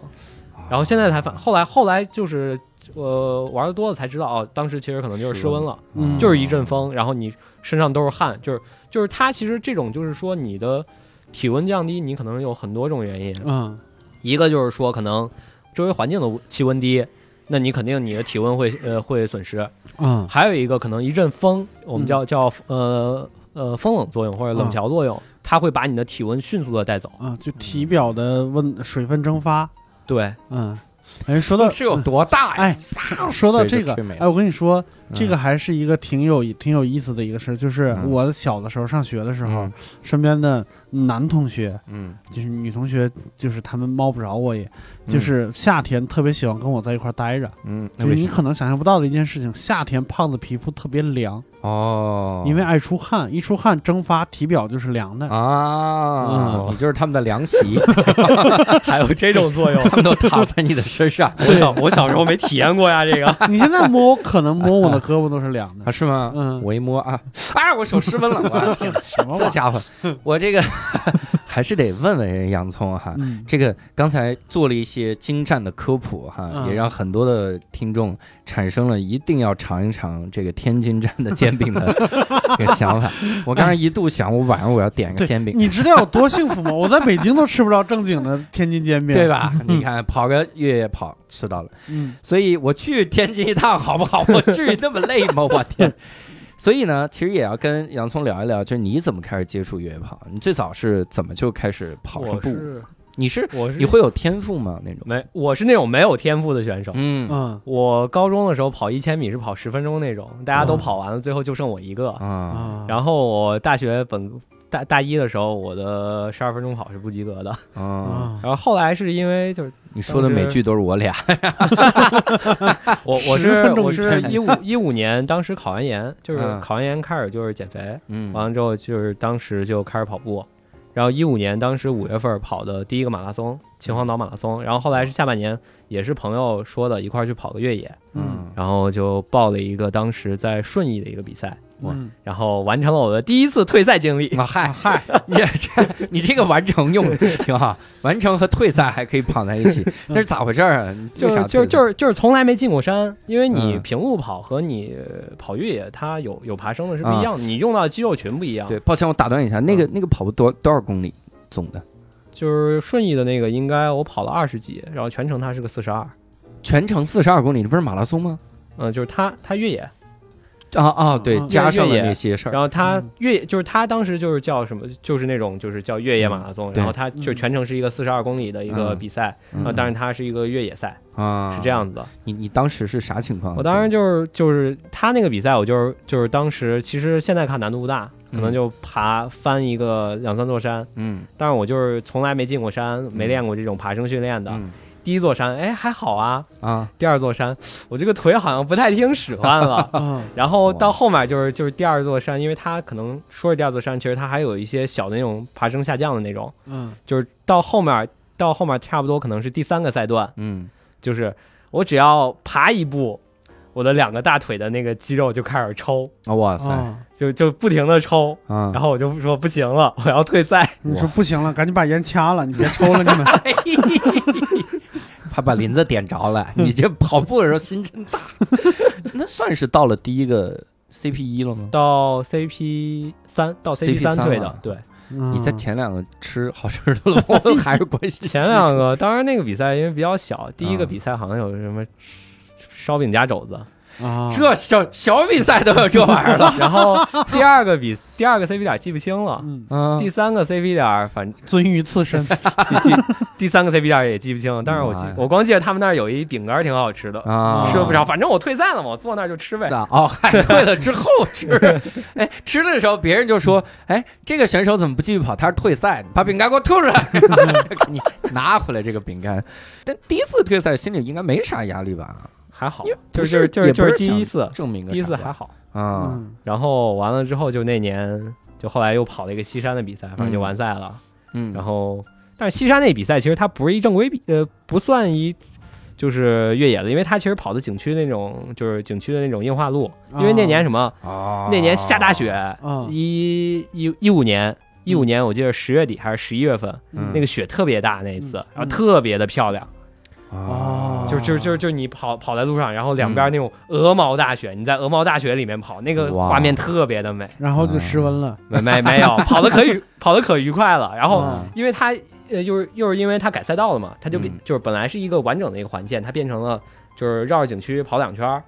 D: 然后现在才反，后来后来就是呃玩的多了才知道哦，当时其实可能就是
A: 是
D: 失温了，
A: 哦
C: 嗯
D: 就是一阵风，然后你身上都是汗，就是就是它其实这种就是说你的体温降低，你可能有很多种原因，
C: 嗯
D: 一个就是说可能周围环境的气温低。那你肯定你的体温会呃会损失，
C: 嗯
D: 还有一个可能一阵风，我
C: 嗯
D: 们叫叫呃呃风冷作用或者冷桥作用，它会把你的体温迅速的带走。
C: 啊，就
D: 嗯
C: 体表的温水分蒸发，
D: 对，
C: 嗯，哎，说到
A: 是有多大呀？
C: 哎，
D: 嗯
C: 说到这
A: 吹
C: 个
A: 着吹没，了
C: 哎，我跟你说，
A: 嗯
C: 这个还是一个挺有挺有意思的一个事儿，就是
A: 嗯
C: 我小的时候上学的时候
A: 嗯，
C: 身边的男同学，
A: 嗯，
C: 就是女同学，就是他们猫不着我也，
A: 嗯
C: 就是夏天特别喜欢跟我在一块儿待着，
A: 嗯，那
C: 就
A: 为
C: 是你
A: 什么
C: 可能想象不到的一件事情，夏天胖子皮肤特别凉，
A: 哦，
C: 因为爱出汗，一出汗蒸发，体表就是 凉的。
A: 啊，
D: 嗯
A: 你就是他们的凉 席，
D: 还有这种作用。
A: 他们都躺在你的身
C: 嗯
A: 上
D: 我小我小时候没体验过呀，这 个
C: 你现在摸，我可能摸我的胳膊都是凉
A: 啊？
C: 的。
A: 是吗？
C: 嗯
A: 我一摸啊，啊，我手湿温了，我的天，
C: 什么玩意
A: 这
C: 儿？
A: 家伙，我这个 还是得问问人洋葱哈。
C: 嗯
A: 这个刚才做了一些精湛的科普哈，
C: 嗯
A: 也让很多的听众产生了一定要尝一尝这个天津站的煎饼 的这个想法。我刚才一度想，我晚上我要点一个
C: 对
A: 煎饼，
C: 你知道有多幸福吗？我在北京都吃不着正经的天津煎饼，
A: 对？吧？你看跑个越野跑吃到了，
C: 嗯
A: 所以我去天津一趟好不好？我至于那么累吗？我天！所以呢，其实也要跟洋葱聊一聊，就是你怎么开始接触越野跑？你最早是怎么就开始跑上
D: 我
A: 步？
D: 是
A: 你是
D: 我是
A: 你会有天赋吗？那种？
D: 没我是那种没有天赋的选手。
A: 嗯
C: 嗯
D: 我高中的时候跑一千米是跑十分钟那种，大家都跑完了，最后就剩我一个。
A: 啊，
C: 啊，
D: 然后我大学本大大一的时候，我的十二分钟跑是不及格的。
A: 啊！
C: 啊
D: 然后后来是因为就是
A: 你说的每句都是我俩，哎
D: 我我
C: 10
D: 是
C: 分钟
D: 我
C: 一
D: 是
C: 千
D: 一五一五年，当时考完研，就是
A: 嗯
D: 考完研开始就是减肥，
A: 嗯
D: 完了之后就是当时就开始跑步，然后一五年当时五月份跑的第一个马拉松秦皇岛马拉松，然后后来是下半年也是朋友说的一块儿去跑个越野，
C: 嗯
A: 嗯，
D: 然后就报了一个当时在顺义的一个比赛，
A: 哇
C: 嗯
D: 然后完成了我的第一次退赛经历。
A: 啊嗨嗨， 你这你这个完成用的挺好，完成和退赛还可以绑在一起，那是咋回事儿啊？你
D: 就
A: 为啥
D: 是就
A: 退
D: 是
A: 赛
D: 就是就是从来没进过山，因为你
A: 嗯
D: 平路跑和你呃跑越野，它有有爬升的是不一样的，你用到的肌肉群不一样。
A: 嗯对，抱歉，我打断一下，那个那个跑步多多少公里总的？
D: 就是顺义的那个，应该我跑了二十几，然后全程它是个四十二，
A: 全程四十二公里，这不是马拉松吗？
D: 嗯，就是它它越野，
A: 啊啊，对，
C: 嗯
A: 加上了
D: 越野
A: 那些事
D: 然
A: 儿。
D: 后它
C: 嗯。
D: 越野就是它当时就是叫什么，就是那种就是叫越野马拉松，
A: 嗯对
D: 然后它就全程是一个四十二公里的一个
A: 嗯
D: 比赛，
A: 嗯
D: 啊，当然它是一个越野赛，
A: 啊，
D: 是这样。子的。
A: 你你当时是啥情况？
D: 我当时就是就是他那个比赛，我就是就是当时其实现在看难度不大，可能
A: 嗯
D: 就爬翻一个两三座山，
A: 嗯
D: 但是我就是从来没进过山，没练过这种爬升训练的。
A: 嗯
D: 第一座山，哎还好啊，
A: 啊
D: 第二座山，我这个腿好像不太听使唤了
C: 啊
D: 然后到后面就是就是第二座山，因为它可能说是第二座山，其实它还有一些小的那种爬升下降的那种，
C: 嗯
D: 就是到后面到后面差不多可能是第三个赛段，
A: 嗯
D: 就是我只要爬一步，我的两个大腿的那个肌肉就开始抽，
A: 啊！哇塞
C: 啊！
D: 就就不停的抽，
A: 啊！
D: 然后我就说不行了，我要退赛。
C: 你说不行了，赶紧把烟掐了，你 别抽了，你们
A: 怕把林子点着 了，你这跑步的时候心真大。 那算是到了第一个 CP 一了吗？
D: 到 CP 三到
A: CP
D: 三
A: 三
D: 退
A: 了
D: 的，对，
C: 嗯
A: 你在前两个吃好吃的了， 我还是关心
D: 前两
A: 嗯
D: 个当然那个比赛因为比较小，第一个比赛好像有什么烧饼夹肘子，
C: 啊，
A: 这小小比赛都有这玩意儿了，
D: 然后第二个比第二个 CP 点记不清了，
C: 嗯，
A: 嗯
D: 第，三个 CP 点反
C: 鳟鱼刺身，
D: 记记 第三个 CP 点也记不清了，但是我记
A: 妈呀
D: 我光记得他们那儿有一饼干挺好吃的，
A: 啊，
D: 吃了不少，反正我退散了嘛，我坐那儿就吃呗。
A: 的哦，嗨，退了之后吃，哎，吃的时候别人就说，哎，这个选手怎么不继续跑？他是退赛，把饼干给我吐出来， 给你拿回来这个饼干。但第一次退赛心里应该没啥压力吧？
D: 还好
A: 因为，
D: 就
A: 不
D: 是就是
A: 也
D: 就
A: 不
D: 是第一
A: 想
D: 次，
A: 证明个
D: 第一次
A: 啥吧
D: 还好。
A: 啊，
C: 嗯
D: 然后完了之后，就那年就后来又跑了一个西山的比赛，反正就完赛了。
A: 嗯，
D: 然后，但是西山那比赛其实它不是一正规比，呃，不算一就是越野的，因为它其实跑的景区那种就是景区的那种硬化路。
A: 啊
D: 因为那年什么，
A: 哦，
D: 那年下大雪，
C: 啊，
A: 嗯
D: 一一一五年。一五年我记得十月底还是十一月份，
A: 嗯
D: 那个雪特别大那一次
C: 嗯，
D: 然后特别的漂亮，
A: 哦，
D: 就就就就你跑跑在路上，然后
A: 嗯
D: 两边那种鹅毛大雪，你在鹅毛大雪里面跑，那个
A: 哇
D: 画面特别的美。
C: 然
A: 啊
C: 后就失温了，
D: 没没没有，跑的可愉 跑的可愉快了。然后
C: 啊
D: 因为它呃又是又是因为它改赛道了嘛，它就变
A: 嗯
D: 就是本来是一个完整的一个环线，它变成了就是绕着景区跑两圈儿，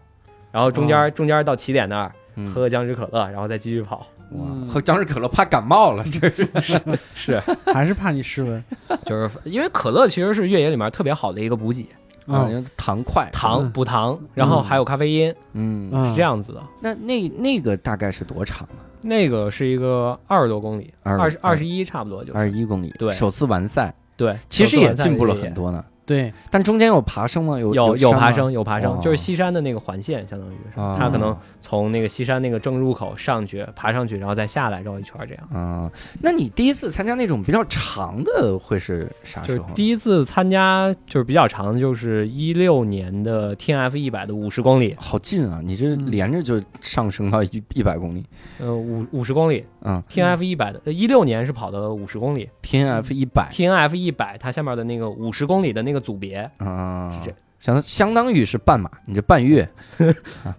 D: 然后中间中间到起点那儿
A: 嗯
D: 喝个姜汁可乐，然后再继续跑。
A: 哇
C: 嗯
A: 喝姜汁可乐怕感冒了，这是
D: 是，
C: 还是怕你失温
D: 就是因为可乐其实是越野里面特别好的一个补给，
A: 啊
C: 啊，
A: 糖块，
D: 嗯糖
C: 嗯
D: 补糖，然后还有咖啡因，
A: 嗯，
C: 啊
D: 是这，样子的。
A: 那那那个大概是多长啊？
D: 那个是一个二十多公里，
A: 二
D: 二十二十一差不多就是。
A: 二十一公里，
D: 对
A: 首次完赛，
D: 对，
A: 其实
D: 手
A: 也
D: 段在
A: 进步了
D: 越野
A: 很。多呢。
C: 对，
A: 但中间有爬升吗？有
D: 有
A: 有
D: 爬
A: 吗
D: 升，有爬升，就
A: 哦
D: 是西山的那个环线，相当于是
A: 啊
D: 它可能从那个西山那个正入口上去，爬上去，然后再下来绕一圈儿，这样。
A: 啊、那你第一次参加那种比较长的会啊是啥
D: 就
A: 时
D: 是
A: 候？
D: 第一次参加，就是比较长，就是一六年的 T N F 一百的五十公里，
A: 好近啊！你这
C: 嗯
A: 连着就上升到一一百公里，
D: 呃，五五十公里
A: 嗯
D: ，T N F 一百的，呃一六年是跑的五十公里
A: ，T N F 一百
D: ，T N F 一啊百它下面的那个五十公里的那个组别，
A: 啊
D: 是这，
A: 相相当于是半马，你这半月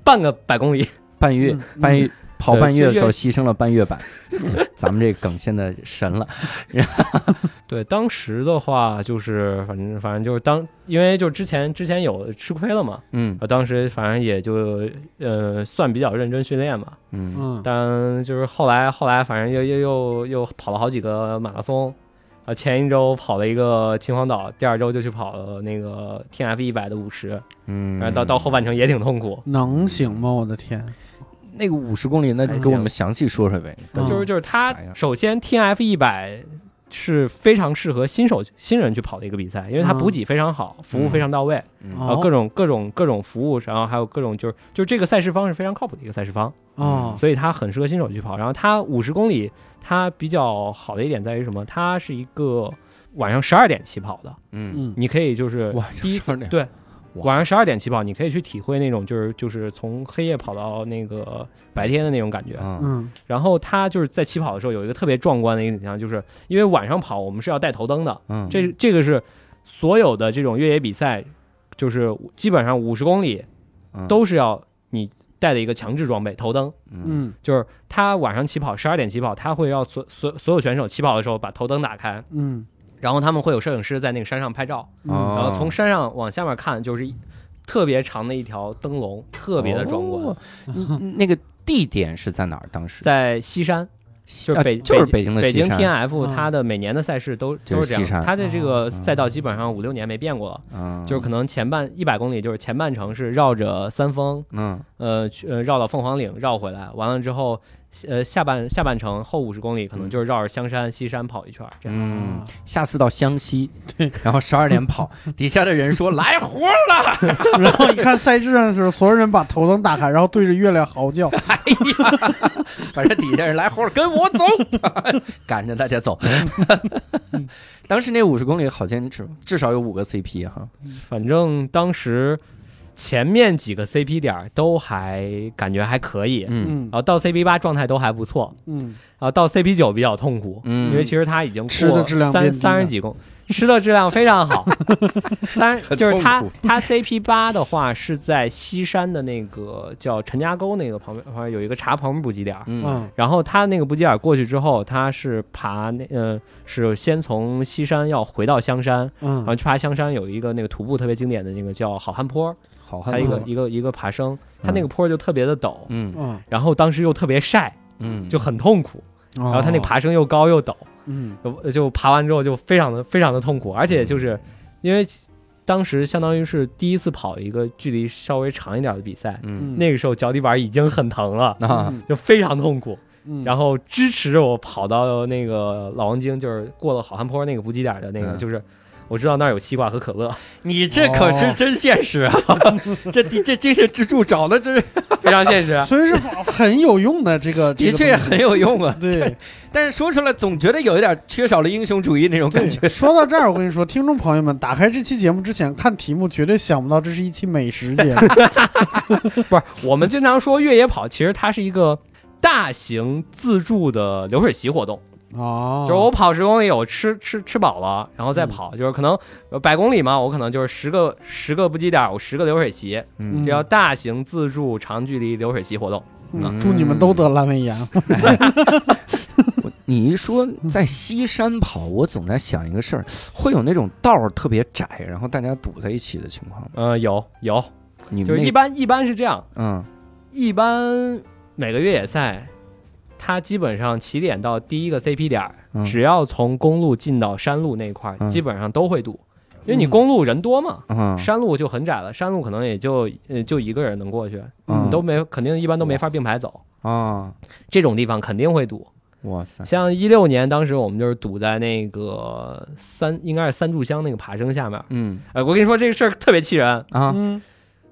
D: 半个百公里，
A: 半月、
C: 嗯
A: 半月。跑半月
D: 就
A: 的时候
D: 越
A: 牺牲了半月板， 咱们这梗现在神了。
D: 对，当时的话就是反正反正就是当，因为就之前之前有吃亏了嘛，呃
A: 嗯
D: 我当时反正也就呃算比较认真训练嘛，
A: 嗯
C: 嗯，
D: 但就是后来后来反正又又又又跑了好几个马拉松，啊前一周跑了一个秦皇岛，第二周就去跑了那个 T F 一百的五十，
A: 嗯，
D: 然哎后到到后半程也挺痛苦，
C: 能行吗？我的天，
A: 那个五十公里，那
D: 还
A: 给我
D: 行
A: 们详细说说呗。
C: 嗯
D: 就是就是它
A: 啥呀
D: 首先 T F 一百。是非常适合新手新人去跑的一个比赛，因为它
C: 嗯
D: 补给非常好，服务非常到位，
A: 嗯
D: 然后
C: 哦
D: 各种各种各种服务，然后还有各种就是就是这个赛事方是非常靠谱的一个赛事方。
C: 哦，
D: 所以它很适合新手去跑。然后它五十公里，它比较好的一点在于什么？它是一个晚上十二点起跑的，
A: 嗯，
C: 嗯，
D: 你可以就是
A: 哇，
D: 第一
A: 这事儿
D: 对
A: 哇
D: 晚上十二点起跑，你可以去体会那种就是就是从黑夜跑到那个白天的那种感觉。
A: 啊，
C: 嗯，
D: 然后它就是在起跑的时候有一个特别壮观的一个景象，就是因为晚上跑我们是要带头灯的，
A: 嗯，
D: 这这个是所有的这种越野比赛，就是基本上五十公里
A: 嗯
D: 都是要你带的一个强制装备头灯。
A: 嗯
C: 嗯
D: 就是他晚上起跑，十二点起跑，他会要所所所有选手起跑的时候把头灯打开，
C: 嗯
D: 然后他们会有摄影师在那个山上拍照，
C: 嗯
A: 哦
D: 然后从山上往下面看就是一特别长的一条灯笼，特别的壮观，
A: 哦你 那个地点是在哪儿？当时
D: 嗯在西山，
A: 西
D: 就是
A: 啊
D: 北
A: 就是
D: 北
A: 北京的
D: 北
A: 西
D: 京
A: 山
D: T N F
C: 嗯
D: 它的每年的赛事都
A: 就是
D: 都是这
A: 西山
D: 样，它的这
C: 哦
D: 个赛道基本上五六年没变过了，
A: 啊，
D: 就是可能前半一百公里就是前半程是绕着三峰，
A: 嗯
D: 呃，去呃绕到凤凰岭绕回来，完了之后，呃，下半下半程后五十公里
C: 嗯
D: 可能就是绕着香山、西山跑一圈儿，这样。
A: 嗯
C: 啊，
A: 下次到湘西，然后十二点 跑，底下的人说来活儿了，
C: 然后一看赛制上的时候，所有人把头灯打开，然后对着月亮嚎叫，
A: 哎呀， 反正底下人来活儿了，跟我走， 赶着大家 走。 当时那五十公里好坚持，至少有五个 CP 哈，
C: 嗯
D: 反正当时前面几个 CP 点儿都还感觉还可以，
A: 嗯
C: 嗯
D: 然后到 CP 八状态都还不错，
C: 嗯
D: 然后到 CP 九比较痛苦，因
A: 嗯
D: 为其实他已经
C: 吃的
D: 过
C: 质量变
D: 三
C: 低了
D: 三十几公吃的质量非常 好。三
E: 很
D: 就是它
E: 痛苦
D: 它 CP 八的话是在西山的那个叫陈家沟那个旁边，旁边有一个茶棚补给点儿。
A: 嗯
C: 嗯
D: 然后它那个补给点儿过去之后，它是爬那呃是先从西山要回到香山，然
C: 嗯
D: 后去爬香山有一个那个徒步特别经典的那个叫好汉坡，
A: 好汉嗯
D: 它一
A: 堡
D: 个
C: 坡
D: 一个一个爬升，它那个坡就特别的陡，
A: 嗯
C: 嗯，
D: 然后当时又特别晒，
A: 嗯，
D: 就很痛苦。
C: 然
D: 然后它那爬升又高又陡，
C: 嗯
D: 就就爬完之后就非常的非常的痛苦，而且就是因为当时相当于是第一次跑一个距离稍微长一点的比赛，
A: 嗯
D: 那个时候脚底板已经很疼了，
A: 啊
C: 嗯
D: 就非常痛苦。
C: 嗯
D: 然后支持着我跑到那个老王京，就是过了好汉坡那个补给点的那个，
A: 嗯
D: 就是我知道那儿有西瓜和可 乐，
A: 你这可是真现实啊！
D: 哦
A: 这这这精神支柱找的这
D: 非常现实。
C: 所以是很有用的这个，这
A: 的
C: 个
A: 确
C: 东西
A: 很有用啊。
C: 对。
A: 但是说出来总觉得有一点缺少了英雄主义那种感
C: 对
A: 觉，。
C: 说到这儿，我跟你说，听众朋友们，打开这期节目之前看题目，绝对想不到这是一期美食节目。
D: 不是，我们经常说越野跑，其实它是一个大型自助的流水席活动，
C: 哦，
D: 就是我跑十公里，我吃吃吃饱了，然后再
C: 嗯
D: 跑，就是可能呃百公里嘛，我可能就是十个十个补给点，我十个流水席，
A: 嗯
D: 这叫大型自助长距离流水席活动。
C: 嗯祝你们都得阑尾炎。
A: 你一说在西山跑，我总在想一个事儿，会有那种道儿特别窄，然后大家堵在一起的情况吗？
D: 嗯、有有，
A: 你
D: 就
A: 们
D: 是一
A: 那
D: 般一般是这样，
A: 嗯
D: 一般每个越野赛，它基本上起点到第一个 CP 点儿，
A: 嗯
D: 只要从公路进到山路那块儿，
A: 嗯
D: 基本上都会堵，因为你
C: 嗯
D: 公路人多嘛，
A: 嗯
D: 山路就很窄了，山路可能也就呃就一个人能过去，
A: 嗯
D: 你都没肯定一般都没法并排走，
A: 啊，
D: 这种地方肯定会堵。
A: 哇塞，
D: 像一六年当时我们就是堵在那个三应该是三炷香那个爬升下面，
A: 嗯
D: 呃，我跟你说这个事儿特别气人，
A: 啊，
C: 嗯，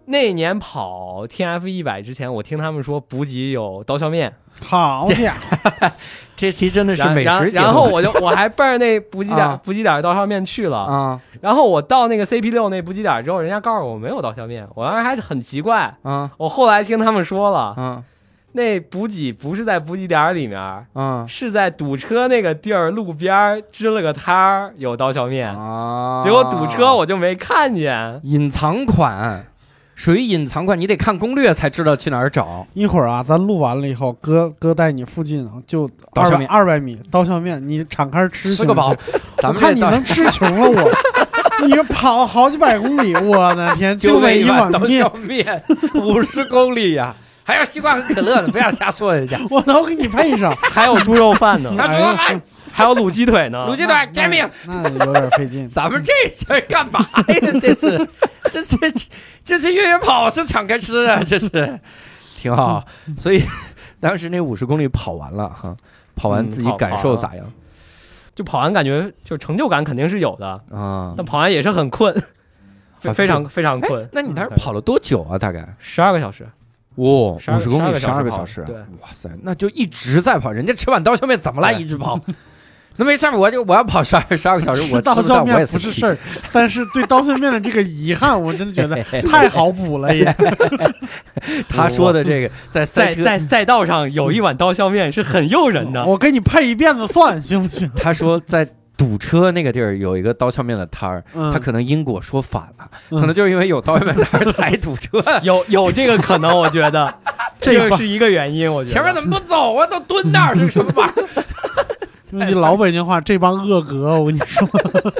D: 那年跑 T F 一百之前，我听他们说补给有刀削面。
C: 好家伙，
A: 这期真的是
D: 然
A: 美
D: 然
A: 食节目
D: 然后我就我还奔着那补给点、
A: 啊
D: 补给点刀削面去了。
A: 啊
D: 然后我到那个 CP 六那补给点之后，人家告诉我没有刀削面，我当时还很奇怪。
A: 啊
D: 我后来听他们说了，
A: 啊
D: 那补给不是在补给点里面，
A: 啊
D: 是在堵车那个地儿路边儿支了个摊儿有刀削面，
A: 啊！
D: 结果堵车我就没看见。
A: 隐藏款，属于隐藏款，你得看攻略才知道去哪儿找。
C: 一会儿啊，咱录完了以后，哥哥带你附近啊，就
A: 刀
C: 二
A: 削
C: 百
A: 面
C: 二百米刀削面，你敞开吃
A: 吃
C: 行
A: 个
C: 不
A: 饱
C: 行，，
A: 咱
C: 我
A: 们这
C: 看你
A: 到
C: 能吃穷了我。 你跑好几百公里，我的天，就为一碗
A: 刀削
C: 面，
A: 面，五十公里呀、还要西瓜和可乐呢，不要瞎说人家。
C: 我能给你 配上。
D: 还有猪肉饭呢，
A: 拿出来，
D: 还有卤鸡腿呢
A: 鲁。鸡腿煎饼，
C: 那有点费 劲。
A: 咱们这是干嘛呀？这是，这这这是越野跑，是敞开吃啊，这是，挺好。所以当时那五十公里跑完了哈，跑完
D: 嗯
A: 自己
D: 跑
A: 感受咋样
D: 就跑完感觉就成就感肯定是有的，
A: 啊？
D: 但跑完也是很困，非
A: 啊
D: 非常非常困。
A: 那你当时跑了多久啊？大概？
D: 十二个小时，
A: 哇，五
D: 12
A: 十公里十
D: 12
A: 二
D: 个
A: 个
D: 小
A: 小
D: 时
A: 时，啊
D: 跑对
A: 哇塞，那就一直在跑。人家吃碗刀削面怎么了？
D: 对
A: 一直跑，那没事儿，我就我要跑十二十二个小时，我
C: 刀
A: 吃上
C: 削
A: 我
C: 面
A: 也
C: 不是
A: 气
C: 事儿，但是对刀削面的这个遗憾，我真 的觉得太好补
A: 哎
C: 了也。
A: 他说的这个在赛
D: 在哦
A: 车，
D: 在赛道上有一碗刀削面是很诱人的。
C: 我给你配一辫子蒜行不行？
A: 他说在堵车那个地儿有一个刀削面的摊儿，
C: 嗯
A: 他可能因果说反了，
C: 嗯
A: 可能就是因为有刀削面摊儿才堵车。
D: 有有这个可能，我觉 得
C: 这
D: 这个
C: 话
D: 是一个原因。我觉得
A: 前面怎么不走啊？都蹲那儿是什么玩意儿？
C: 你老北京话，这帮恶格，我跟你 说，
A: 哎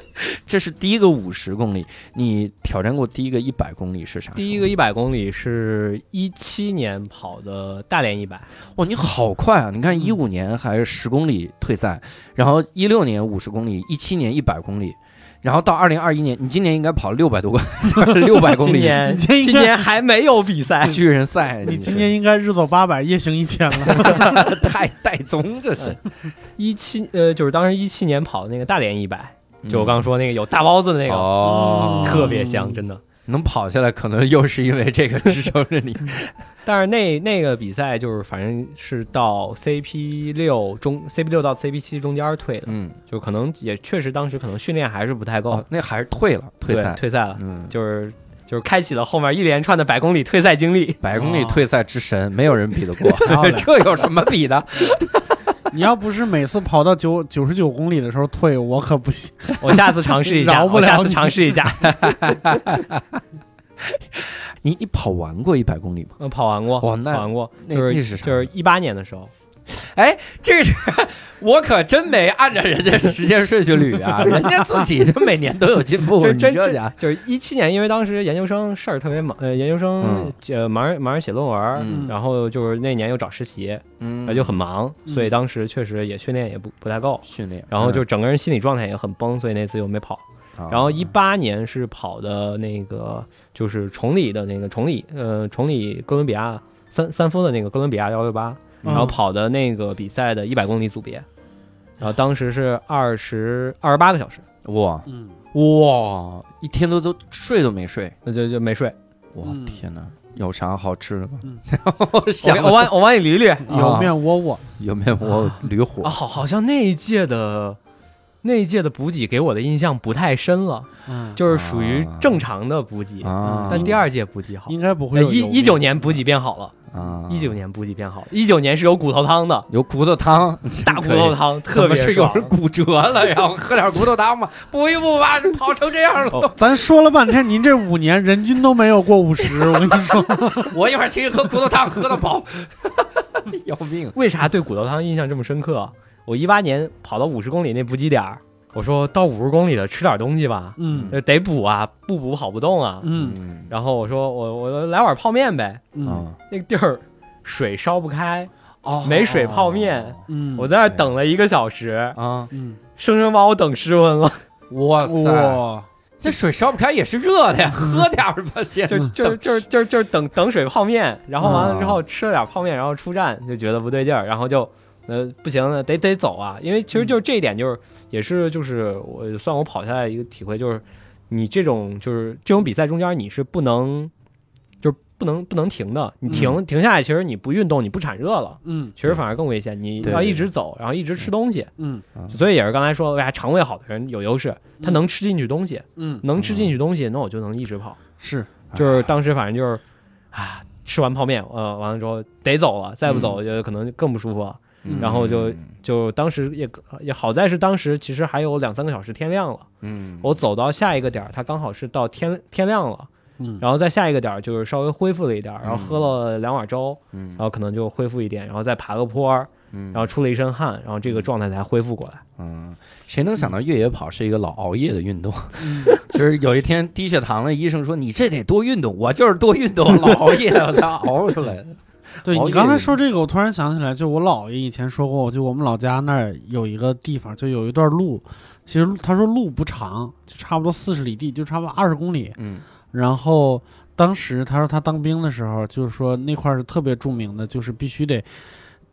A: 这是第一个五十公里，你挑战过第一个一百公里是啥时候？
D: 第一个一百公里是一七年跑的大连一百，
A: 哇，你好快啊！你看一五年还是十公里退赛，然后一六年五十公里，一七年一百公里，然后到二零二一年，你今年应该跑六百多个， 六百公
D: 今
A: 里，
D: 年
C: 这应该
D: 今年还没有比赛
A: 巨人赛，啊
C: 你
A: 是
C: 今年应该日走八百，夜行一千了。
A: 太带宗，这是。
D: 一七呃就是当时一七年跑的那个大连一百，就我刚说那个有大包子的那个，
A: 嗯哦，
C: 嗯
D: 特别香，真的。
A: 能跑下来，可能又是因为这个支撑着 你。
D: 但是那那个比赛就是反正是到 CP 六中 CP 六到 CP 七中间退的，
A: 嗯，
D: 就可能也确实当时可能训练还是不太够，
A: 哦，那还是退了，退
D: 对
A: 赛，
D: 退赛了，
A: 嗯，
D: 就是就是开启了后面一连串的百公里退赛 经历。
C: 哦
A: 百公里退赛之神，没有人比得过
C: 漂，亮
A: 这有什么比的？
C: 你要不是每次跑到九九十九公里的时候退，我可不行。
D: 我下次尝试一下，
C: 饶不
D: 我下
C: 了
D: 次
C: 你
D: 尝试一下。
A: 你你跑完过一百公里吗？
D: 嗯，跑完过，
A: 哇那
D: 跑完过，
A: 那
D: 就是
A: 那是啥
D: 就是一八年的时候，
A: 哎，这个是我可真没按照人家时间顺序捋啊，人家自己就每年都有进步，
D: 这
A: 你
D: 真
A: 这家
D: 就是一七年，因为当时研究生事儿特别忙，呃，研究生
A: 嗯
D: 呃忙着忙着写论文儿，
A: 嗯
D: 然后就是那年又找实习，
A: 嗯
D: 那就很忙，
C: 嗯
D: 所以当时确实也训练也不不太够，
A: 训练，
D: 然后就整个人心理状态也很崩，所以那次又没跑。
A: 嗯，
D: 然后一八年是跑的那个就是崇礼的那个崇礼，呃，崇礼哥伦比亚三三峰的那个哥伦比亚幺六八，
C: 嗯
D: 然后跑的那个比赛的一百公里组别，然后当时是二十二十八个小时，
A: 哇
C: 嗯，
A: 哇，一天都都睡都没睡，
D: 那就就没睡。
A: 我
C: 嗯
A: 天哪！有啥好吃的吗
C: 嗯？
A: 我
D: 我
A: 想
D: 给我往我往里捋一捋
C: 有面窝窝，
A: 有没有我驴火
D: 啊，？好，好像那一届的。那一届的补给给我的印象不太深了，
C: 嗯，
D: 就是属于正常的补给，
A: 啊！
D: 嗯但第二届补给好。
C: 应该不会
D: 呃
C: 有
D: 一
C: 油
D: 一九
C: 面
D: 年补给变好了，
A: 啊，
D: 一九年补给变好了，一九年是有骨头汤的，
A: 有骨头汤，
D: 大骨头汤特
A: 特
D: 别
A: 别是有
D: 爽。
A: 人骨折了，然后喝点骨头汤嘛，补一补 吧，跑成这样了。
C: 咱说了半天，您这五年人均都没有过五十， 我跟你说，
A: 我一会儿请你喝骨头汤，喝到饱，要命！
D: 为啥对骨头汤印象这么深刻？我一八年跑到五十公里那补给点儿，我说到五十公里了吃点东西吧，
C: 嗯
D: 呃得补啊，不补跑不动啊。
C: 嗯
A: 嗯
D: 然后我说我我来碗泡面呗，
C: 嗯
A: 啊
D: 那个地儿水烧不开，
A: 哦
D: 没水泡面
C: 嗯，
D: 我在那儿等了一个小时，
A: 啊！
C: 嗯，
D: 生生把我等失温了。
A: 哇塞，
C: 哇，
A: 这水烧不开也是热的呀，喝点儿吧先。
D: 嗯就就就就就等等水泡面，然后完了之后吃了点泡面，然后出站就觉得不对劲儿，然后就呃不行了，得得走啊，因为其实就是这一点，就是也是就是我算我跑下来一个体会，就是你这种就是这种比赛中间你是不能就是不能不能停的，你停、停下来，其实你不运动你不产热了。
C: 嗯
D: 其实反而更危险，你
A: 对
D: 要一直走，然后一直吃东西，
C: 嗯
D: 所以也是刚才说，为啥肠胃好的人有优势？他能吃进去东西，
C: 嗯，
D: 能吃进去东西，那我就能一直跑。
C: 是，
D: 就是当时反正就是啊，吃完泡面，呃，完了之后得走了，再不走就可能更不舒服了。
A: 嗯
D: 然后就就当时也也好在是当时其实还有两三个小时天亮了，
A: 嗯
D: 我走到下一个点儿，它刚好是到天天亮了，
C: 嗯，
D: 然后再下一个点儿就是稍微恢复了一点儿，然
A: 嗯
D: 后喝了两碗粥，
A: 嗯
D: 然后可能就恢复一点，然后再爬个坡儿，
A: 嗯
D: 然后出了一身汗，然后这个状态才恢复过来。
A: 嗯，谁能想到越野跑是一个老熬夜的运动？
C: 嗯
A: 就是有一天低血糖了，医生说你这得多运动，我就是多运动，老熬夜我才熬出来的。
C: 对
A: 熬
C: 你
A: 夜
C: 刚才
A: 人
C: 说这个，我突然想起来，就我姥爷以前说过，就我们老家那儿有一个地方，就有一段路，其实他说路不长，就差不多四十里地，就差不多二十公里。
A: 嗯
C: 然后当时他说他当兵的时候，就是说那块儿是特别著名的，就是必须得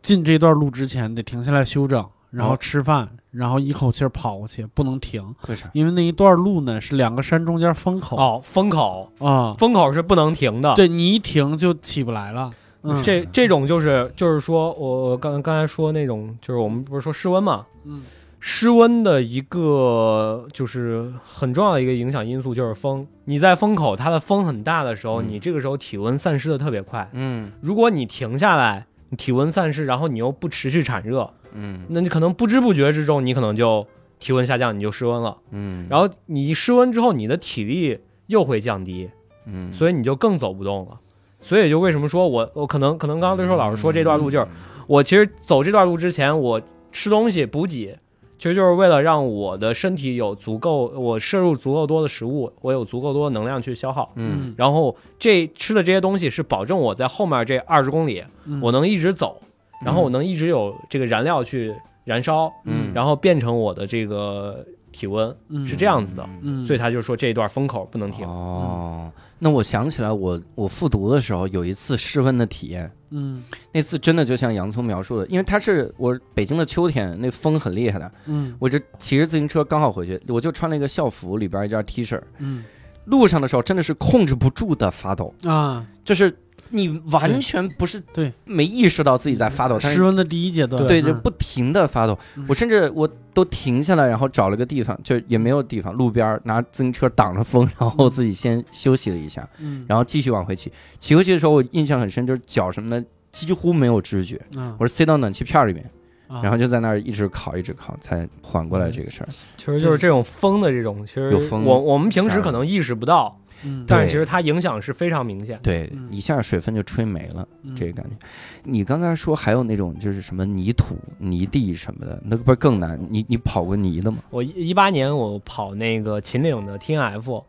C: 进这段路之前得停下来休整，然后
A: 哦
C: 吃饭，然后一口气儿跑过去，不能停，
A: 为啥？
C: 因为那一段路呢是两个山中间风口啊、
D: 哦，风口，风口是不能停的。
C: 对你一停就起不来了。嗯，
D: 这这种就是就是说我我刚刚才说那种，就是我们不是说室温嘛，
C: 嗯
D: 室温的一个就是很重要的一个影响因素就是风。你在风口，它的风很大的时候，
A: 嗯
D: 你这个时候体温散失的特别快。
A: 嗯
D: 如果你停下来，你体温散失，然后你又不持续产热，
A: 嗯
D: 那你可能不知不觉之中，你可能就体温下降，你就失温了。
A: 嗯
D: 然后你失温之后，你的体力又会降低，
A: 嗯
D: 所以你就更走不动了。所以就为什么说我我可能可能刚刚对寿老师说这段路就是我其实走这段路之前，我吃东西补给，其实就是为了让我的身体有足够，我摄入足够多的食物，我有足够多的能量去消耗。
A: 嗯
C: 嗯，
D: 然后这吃的这些东西是保证我在后面这二十公里
C: 嗯
D: 我能一直走，然后我能一直有这个燃料去燃烧，
A: 嗯
D: 然后变成我的这个体温，
C: 嗯
D: 是这样子的。
C: 嗯，
D: 所以他就说这一段风口不能停。
A: 哦，那我想起来我，我复读的时候有一次室温的体验，
C: 嗯
A: 那次真的就像洋葱描述的，因为它是我北京的秋天，那风很厉害的，
C: 嗯
A: 我这骑着自行车刚好回去，我就穿了一个校服，里边一件 T 恤，
C: 嗯
A: 路上的时候真的是控制不住的发抖，
C: 啊，
A: 就是你完全不是
C: 对
A: 没意识到自己在发抖，但
C: 室
A: 是
C: 温的第一阶段，
A: 对，
C: 嗯
A: 就不停的发抖
C: 嗯。
A: 我甚至我都停下来，然后找了个地方，就也没有地方，路边儿拿自行车挡着风，然后自己先休息了一下，
C: 嗯，
A: 然后继续往回骑。骑回去的时候，我印象很深，就是脚什么的几乎没有知觉，
C: 嗯
A: 我是塞到暖气片里面，
C: 啊嗯
A: 然后就在那儿一直烤，一直烤，才缓过来这个事儿。
D: 其实就是这种风的这种，其实
A: 有风
D: 我我们平
A: 啥
D: 时
A: 的
D: 可能意识不到，
C: 嗯
D: 但是其实它影响是非常明显的。
A: 对
C: 嗯，
A: 一下水分就吹没了，
C: 嗯
A: 这个感觉。你刚才说还有那种就是什么泥土、泥地什么的，那不是更难？你你跑过泥的吗？
D: 我一八年我跑那个秦岭的 TNF，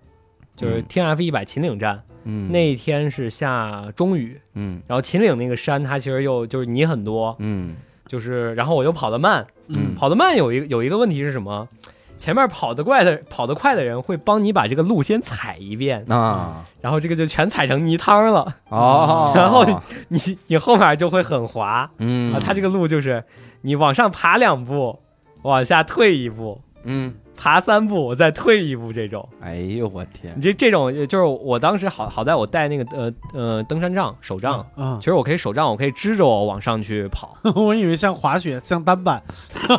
D: 就是
A: 嗯
D: TNF 一百秦岭站，
A: 嗯，
D: 那一天是下中雨，
A: 嗯
D: 然后秦岭那个山它其实又就是泥很多，
A: 嗯
D: 就是然后我又跑得慢，
A: 嗯
D: 跑得慢有一个有一个问题是什么？前面跑得快的跑得快的人会帮你把这个路先踩一遍，
A: 啊
D: 然后这个就全踩成泥汤了，
A: 哦，
D: 然后你你后面就会很滑
A: 嗯
D: 啊。它这个路就是你往上爬两步，往下退一步，
A: 嗯，
D: 爬三步再退一步这种。
A: 哎呦我天
D: 你，这这种呃就是我当时好好在我带那个呃呃登山杖手杖，
C: 啊
D: 其，实我可以手杖我可以支着我往上 去跑，
C: 我以为像滑雪，像单 板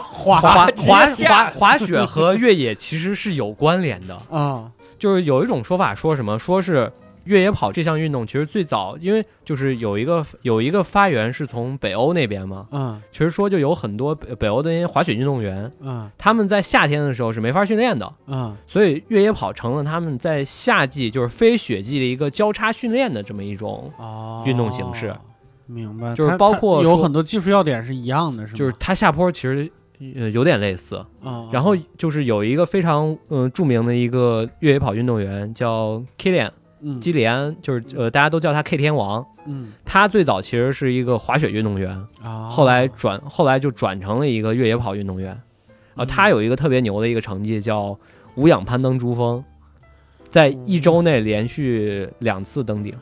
C: 滑
D: 滑
C: 直接
D: 滑
C: 下
D: 滑滑雪和越野其实是有关联 的，
C: 啊，
D: 就是有一种说法说什么说是。越野跑这项运动其实最早，因为就是有一个有一个发源是从北欧那边嘛，
C: 嗯
D: 其实说就有很多北北欧的那些滑雪运动员，
C: 嗯
D: 他们在夏天的时候是没法训练的，
C: 嗯
D: 所以越野跑成了他们在夏季就是非雪季的一个交叉训练的这么一种
C: 哦，
D: 运动形式
C: 明白，
D: 就是
C: 它
D: 包
C: 它
D: 括
C: 有
D: 说
C: 很多技术要点是一样的，是吗？
D: 就是它下坡其实呃有点类似。
C: 啊，
D: 然后就是有一个非常嗯、呃著名的一个越野跑运动员叫 Kilian
C: 嗯
D: 基里安，就是呃大家都叫他 K 天王。
C: 嗯
D: 他最早其实是一个滑雪运动员，
C: 啊，
D: 后来转后来就转成了一个越野跑运动员。啊，
C: 嗯
D: 他有一个特别牛的一个成绩叫无氧攀登珠峰，在一周内连续两次登顶。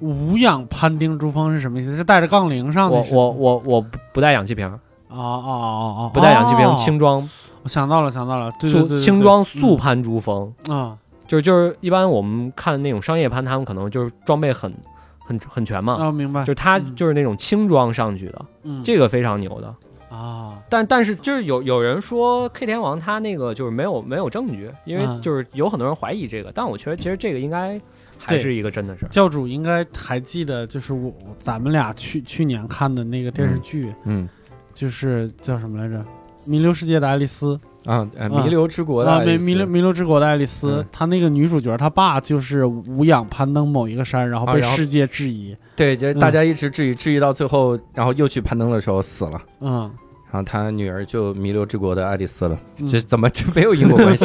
C: 无氧攀钉珠峰是什么意思？是带着杠铃上的
D: 我
C: 哦是吗？
D: 我我我不不带氧气瓶儿，
C: 哦哦哦哦，
D: 不带氧气瓶，
C: 哦
D: 轻装
C: 我想到了，想到了，对对
D: 速
C: 对，对
D: 轻装速
C: 嗯
D: 攀珠峰，
C: 啊
D: 就是就是一般我们看那种商业攀，他们可能就是装备很很很全嘛，
C: 啊，明白，
D: 就是他
C: 嗯
D: 就是那种轻装上去的，
C: 嗯
D: 这个非常牛的。
C: 啊，
D: 但但是就是有有人说 K 天王他那个就是没有没有证据，因
C: 嗯
D: 为就是有很多人怀疑这个，但我觉得其实这个应该还
C: 对
D: 是一个真的事儿。
C: 教主应该还记得，就是我咱们俩去去年看的那个电视剧，
A: 嗯
C: 就是叫什么来着？《弥留世界的爱丽丝》
A: 啊，呃
C: 啊
A: 弥留之国的
C: 啊，
A: 爱
C: 弥
A: 丽
C: 弥留
A: 丝
C: 弥留之国的爱丽丝
A: 嗯，
C: 她那个女主角，她爸就是无氧攀登某一个山，然后
A: 啊
C: 被
A: 然后
C: 世界质疑，
A: 对，就
C: 嗯
A: 大家一直质疑，质疑到最后，然后又去攀登的时候死了。
C: 嗯，
A: 然后他女儿就弥留之国的爱丽丝了，
C: 嗯
A: 这怎么这没有因果关 系？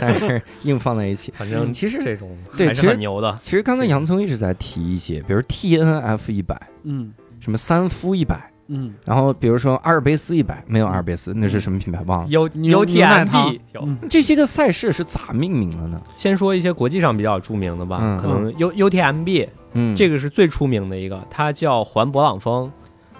A: 但是硬放在一起。
D: 反
A: 嗯
D: 正
A: 其实
D: 这种
A: 对
D: 还
A: 其
D: 是
A: 实
D: 很牛的，
A: 其实刚才洋葱一直在提一些，比如 TNF 一百，
C: 嗯
A: 什么三夫一百，
C: 嗯
A: 然后比如说阿尔卑斯一百，没有阿尔卑斯，那是什么品牌忘了。
D: 有
C: 牛
D: 有
C: 牛奶糖
D: TMB 有。
C: 嗯
A: 这些个赛事是咋命名的呢？
D: 先说一些国际上比较著名的吧，
A: 嗯
D: 可能 U U T M B
A: 嗯，
D: 这
A: 个
D: 个是最出名的一个，它叫环勃朗峰，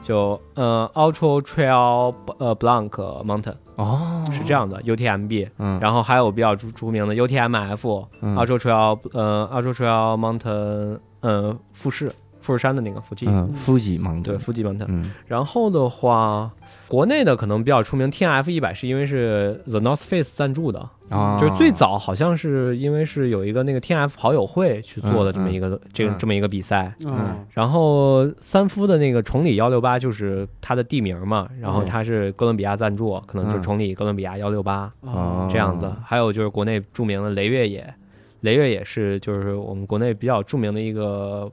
D: 就呃 Ultra Trail 呃 Blanc Mountain
A: 哦
D: 是这，样的 U T M B，
A: 嗯，
D: 然后啊还有比较著著名的 U T M F
A: 嗯
D: Ultra Trail 呃 Ultra Trail Mountain 呃富士富士山的那个富士，
A: 嗯，夫吉芒
D: 对
A: 顿，
D: 富士 Mountain。
A: 嗯
D: 然后的话，国内的可能比较出名 T M F 一百是因为是 The North Face 赞助的，
A: 啊，
D: 就是最早好像是因为是有一个那个 TF 跑友会去做的这么一个、这个
A: 嗯
D: 这么一个比赛，
C: 嗯
D: 然后三夫的那个崇礼幺六八就是它的地名嘛，然后它是哥伦比亚赞助，可能就
A: 嗯
D: 是崇礼哥伦比亚幺六八
C: 嗯
A: 哦
D: 这样子
A: 哦，
D: 还有就是国内著名的雷越野，雷越野是就是我们国内比较著名的一个。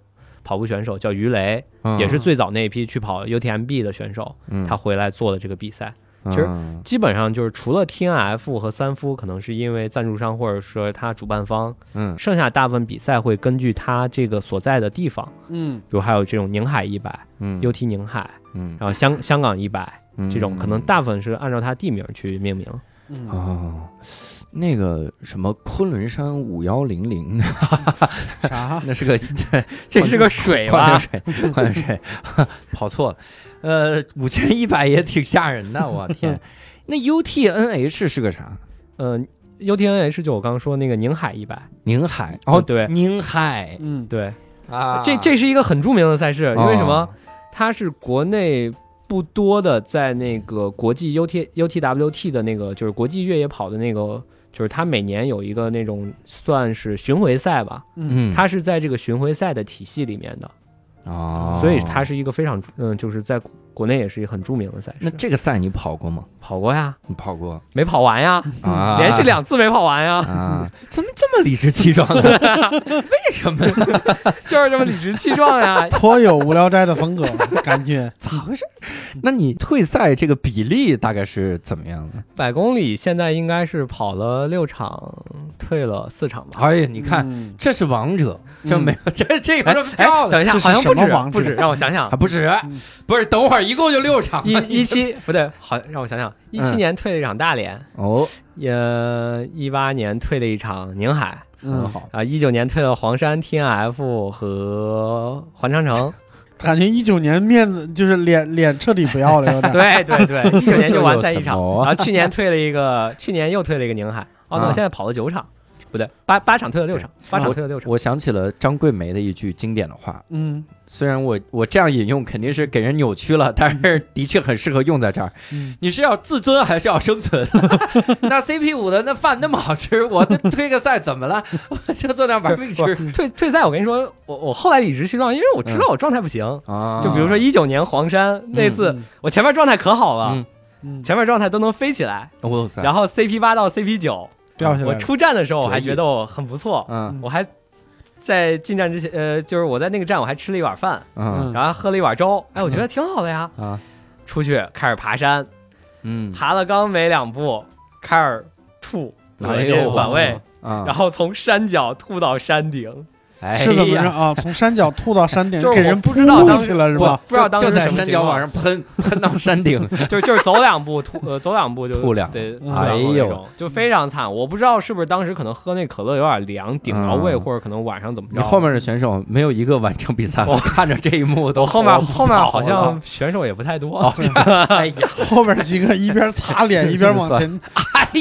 D: 跑步选手叫于雷，
A: 嗯
D: 也是最早那一批去跑 UTMB 的选手，他回来做的这个比赛。
A: 嗯
D: 其实
A: 嗯
D: 基本上就是除了 TNF 和三夫，可能是因为赞助商或者说他主办方，
A: 嗯
D: 剩下大部分比赛会根据他这个所在的地方，
C: 嗯
D: 比如还有这种宁海一百、
A: 嗯
D: UT 宁海，
A: 嗯
D: 然后香香港一百
A: 嗯
D: 这种，可能大部分是按照他地名去命名。
C: 嗯
A: 哦，那个什么昆仑山五幺零零，
C: 啥
A: 那是个
D: 这是个水
A: 矿泉
D: 吧？
A: 水， 矿泉水，跑错了。呃，五千一百也挺吓人的，我 天。那 UTNH 是个啥？
D: 嗯、UTNH 就我刚刚说那个宁海一百，
A: 宁海哦，
D: 呃对
A: 宁海
C: 嗯。
D: 对，
A: 啊，
D: 这这是一个很著名的赛事，因为什么
A: 哦？
D: 它是国内不多的，在那个国际 UT UTWT 的那个就是国际越野跑的那个，就是它每年有一个那种算是巡回赛吧，
A: 嗯，
D: 它是在这个巡回赛的体系里面的，
A: 哦，
D: 所以它是一个非常嗯，就是在国内也是一个很著名的赛事。
A: 那这个赛你跑过吗？
D: 跑过呀，
A: 你跑过
D: 没跑完呀，
A: 啊？
D: 连续两次没跑完呀，
A: 啊？ 怎么这么理直气壮呢？
D: 为什么？就是这么理直气壮呀
C: 颇有无聊斋的风 格，感觉
A: 咋回事？那你退赛这个比例大概是怎么样的？
D: 百公里现在应该是跑了六场，退了四场吧。
A: 哎呀，你看。
C: 嗯
A: 这是王者，这
C: 嗯
A: 没有，这这有
D: 哎
A: 什么叫的？
D: 等一下，
C: 这是
D: 好像不
C: 什么王
D: 止，
C: 者
D: 不止，让我 想想
A: 还，不止
C: 嗯，
A: 不是，等会儿一共就六场
D: 一一七不对，好，让我想想，一七
A: 嗯
D: 年退了一场大连，
A: 哦，
D: 也一八年退了一场宁海，
A: 很
C: 嗯，
A: 好，
D: 啊，一九年退了黄山 T N F 和环长 城，
C: 感觉一九年面子就是脸脸彻底不要了，有点。
D: 对对对，一九年就完赛一
A: 这有什
D: 场，
A: 么啊
D: 然后去年退了一个，去年又退了一个宁海，哦，那
A: 啊
D: 我现在跑了九场，不对，八八场退了六场，八场退了六场，
A: 我想起了张桂梅的一句经典的话，
C: 嗯
A: 虽然我我这样引用肯定是给人扭曲了，但是的确很适合用在这儿。
C: 嗯
A: 你是要自尊还是要生 存？那 CP 五的那饭那么好吃，我这推个赛怎么了？ 我就坐那玩命
D: 不
A: 吃
D: 是退退赛，我跟你说，我我后来理直气壮，因为我知
A: 嗯
D: 道我状态不行。
A: 啊
D: 就比如说一九年黄山那次，
C: 嗯
D: 我前面状态可好了，
A: 嗯
C: 嗯，
D: 前面状态都能飞起来。
A: 哦哇塞，
D: 然后 CP 八到 CP 九，
C: 掉下来
D: 我
C: 了
D: 出站的时候我还
A: 得意
D: 觉得我很不错，
A: 嗯
D: 我还在进站之前，呃，就是我在那个站我还吃了一碗饭，
A: 嗯
D: 然后还喝了一碗粥，哎，我觉得挺好的呀。
A: 啊
D: 出去开始爬山，
A: 嗯
D: 爬了刚没两步，开始吐，
A: 哎
D: 吐了些反胃，
A: 啊，
D: 然后从山脚吐到山顶，
A: 哎
C: 是怎么
A: 呀
C: 着啊？从山脚吐到山顶，
D: 就是
C: 给
D: 我
C: 人
D: 不知道
C: 铺
D: 当
C: 起
D: 时
C: 来是
D: 我
C: 吧？
D: 不知道
A: 就
D: 当时
A: 就在
D: 什么
A: 山
D: 情
A: 脚往
D: 况，
A: 上喷，喷到山 顶。
D: 就是就是走两步吐，呃，走两步就
A: 吐两步
D: 对，
C: 嗯
D: 吐两步
A: 哎
D: 那
A: 呦
D: 种，就非常惨。我不知道是不是当时可能喝那可乐有点凉，顶到胃，
A: 嗯
D: 或者可能晚上怎么
A: 你
D: 着。
A: 后面的选手没有一个完成比赛，我 看着这一幕都
D: 我后面
A: 头
D: 后面好
A: 跑了
D: 像选手也不太多，
A: 哎 呀，
C: 后边几个一边擦 脸一边往前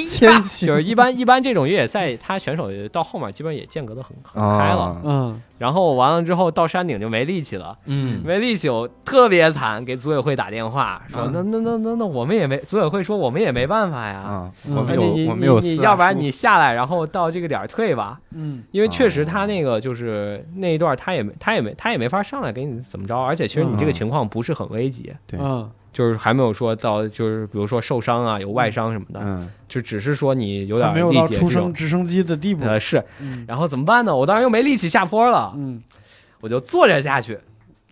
C: 前行，
D: 就是一般一般这种越野赛，他选手到后面基本也间隔的很很开了。
A: 啊
C: 嗯
D: 然后完了之后到山顶就没力气了，
A: 嗯
D: 没力气，我特别惨，给组委会打电话说
A: 嗯
D: 那那那那那我们也没组委会说我们也没办法呀。
A: 啊，
C: 嗯
A: 我
D: 哎
A: 们
D: 你
A: 有
D: 你
A: 我们有
D: 你
A: 四
D: 你
A: 大
D: 要不然
A: 叔
D: 你下来，然后到这个点儿退吧，
C: 嗯
D: 因为确实
A: 哦
D: 他那个就是那一段他也没他也没他也没法上来给你怎么着，而且其实你这
A: 嗯
D: 个情况不是很危急，
A: 对
C: 嗯
D: 就是还没有说到就是比如说受伤啊有外伤什么的，
A: 嗯
D: 就只是说你有
C: 还
D: 点
C: 没有
D: 力
C: 到
D: 竭
C: 出
D: 这
C: 生
D: 种。
C: 直升机的地步。
D: 呃，是，
C: 嗯
D: 然后怎么办呢？我当时又没力气下坡了，
C: 嗯
D: 我就坐着下去，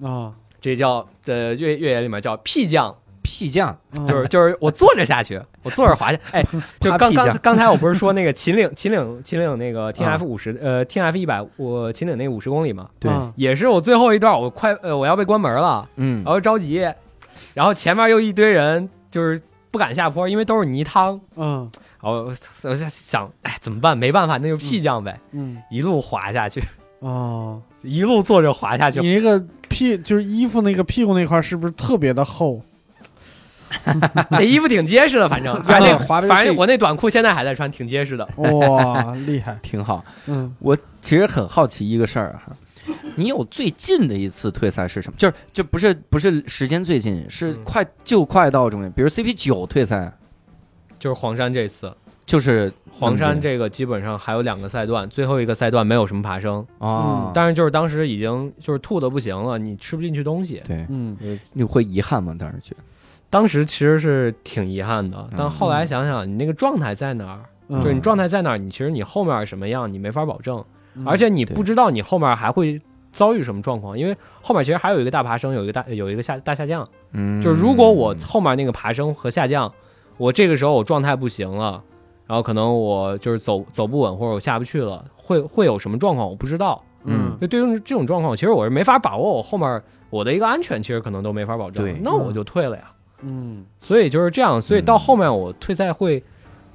C: 啊，
D: 这叫呃越越野里面叫屁降，
A: 屁将
C: 嗯
D: 就是就是我坐着下去， 我坐着滑下， 哎，就
A: 爬
D: 刚
A: 屁
D: 刚
A: 降
D: 刚才我不是说那个秦岭秦岭秦岭那个 T
C: 啊
D: F 五十呃 T F 一百我秦岭那五十公里嘛，
A: 对
C: 嗯
D: 也是我最后一段，我快呃我要被关门了，
A: 嗯
D: 然后着急，然后前面又一堆人就是不敢下坡，因为都是泥汤，
C: 嗯
D: 然后我我在想哎怎么办？没办法，那就屁降呗，
C: 嗯
D: 一路滑下去，
C: 哦，
D: 一路坐着滑下去，
C: 你那个屁就是衣服那个屁股那块儿是不是特别的 厚？
D: 那衣服挺结实的， 反正
A: 对
D: 反正
A: 滑得
D: 反
A: 是
D: 正我那短裤现在还在穿，挺结实的。
C: 哇，厉害！
A: 挺好。
C: 嗯
A: 我其实很好奇一个事儿哈，你有最近的一次退赛是什么？就是就不是不是时间最近，是
D: 嗯
A: 快就快到终点，比如 CP 九退赛
D: 就是黄山这次，
A: 就是
D: 黄山
A: 能进
D: 这个基本上还有两个赛段，最后一个赛段没有什么爬升，
A: 啊，
D: 嗯但是就是当时已经就是吐的不行了，你吃不进去东西。
A: 对
C: 嗯
A: 你会遗憾吗？当时觉得
D: 当时其实是挺遗憾的，但
A: 嗯
D: 后来想想，你那个状态在哪儿？
C: 嗯，
D: 就是你状态在哪儿，你其实你后面什么样，你没法保证，
C: 嗯
D: 而且你
A: 对
D: 不知道你后面还会遭遇什么状况，因为后面其实还有一个大爬升，有一个大有一个下大下降。
A: 嗯
D: 就是如果我后面那个爬升和下降，我这个时候我状态不行了，然后可能我就是走走不稳或者我下不去了，会会有什么状况我不知道。
C: 嗯
D: 就对于这种状况，其实我是没法把握，我后面我的一个安全其实可能都没法保
A: 对
D: 证，那我就退了呀。
C: 嗯
D: 所以就是这样，所以到
A: 嗯
D: 后面我退赛会。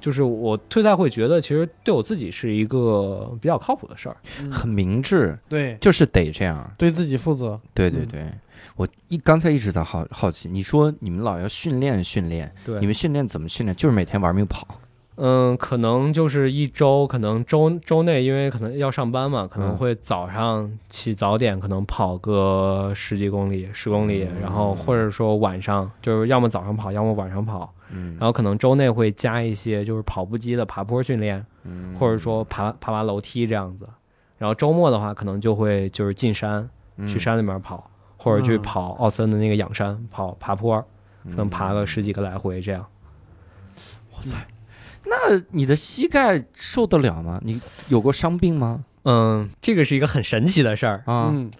D: 就是我退赛会觉得，其实对我自己是一个比较靠谱的事儿。
C: 嗯
A: 很明智，
C: 对，
A: 就是得这样。
C: 对自己负责。
A: 对对
C: 嗯
A: 对，我一刚才一直在好好奇，你说你们老要训练训练，
D: 对
A: 你们训练怎么训练？就是每天玩命跑。
D: 嗯，可能就是一周，可能周周内，因为可能要上班嘛，可能
A: 嗯
D: 会早上起早点，可能跑个十几公里、十公里，然后或者说晚上，就是要么早上跑，要么晚上跑，
A: 嗯
D: 然后可能周内会加一些就是跑步机的爬坡训练，
A: 嗯
D: 或者说爬
A: 嗯
D: 爬完楼梯这样子。然后周末的话，可能就会就是进山，去山里面跑，或者去
C: 嗯
D: 跑奥森的那个仰山，跑爬坡，
A: 嗯
D: 可能爬个十几个来回这样。
A: 那你的膝盖受得了吗？你有过伤病吗？
D: 嗯，这个是一个很神奇的事儿。
A: 啊，
C: 嗯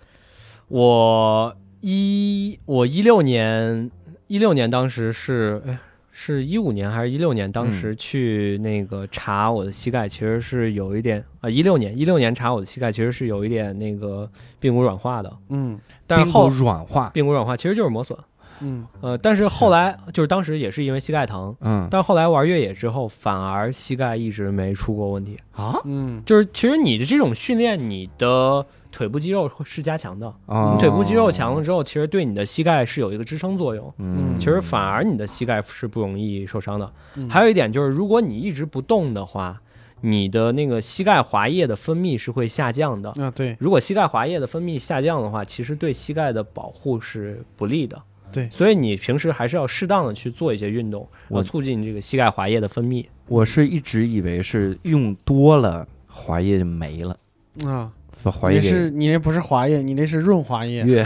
D: 我一我一六年一六年当时是哎是一五年还是一六年？当时去那个查我的膝盖，其实是有一点啊，一、6六年一六年查我的膝盖，其实是有一点那个髌骨软化的，
C: 嗯
D: 但是
A: 髌骨
D: 后
A: 软化，
D: 髌骨软化其实就是磨损。
C: 嗯
D: 呃，但是后来就是当时也是因为膝盖疼，
A: 嗯
D: 但是后来玩越野之后，反而膝盖一直没出过问题。
A: 啊
C: 嗯
D: 就是其实你的这种训练，你的腿部肌肉是加强的，
A: 啊，
D: 嗯你腿部肌肉强了之后，其实对你的膝盖是有一个支撑作用。
A: 嗯，
D: 其实反而你的膝盖是不容易受伤的。
C: 嗯，
D: 还
C: 有
D: 有一点就是，如果你一直不动的话，你的那个膝盖滑液的分泌是会下降的。
C: 啊对，
D: 如果膝盖滑液的分泌下降的话，其实对膝盖的保护是不利的。
C: 对
D: 所以你平时还是要适当的去做一些运动，
A: 我
D: 然后促进这个膝盖滑液的分泌。
A: 我是一直以为是用多了滑液就没了，
C: 啊，
A: 把滑
C: 你
A: 液
C: 是你那不是滑液，你那是润滑
A: 给
C: 液，
A: 越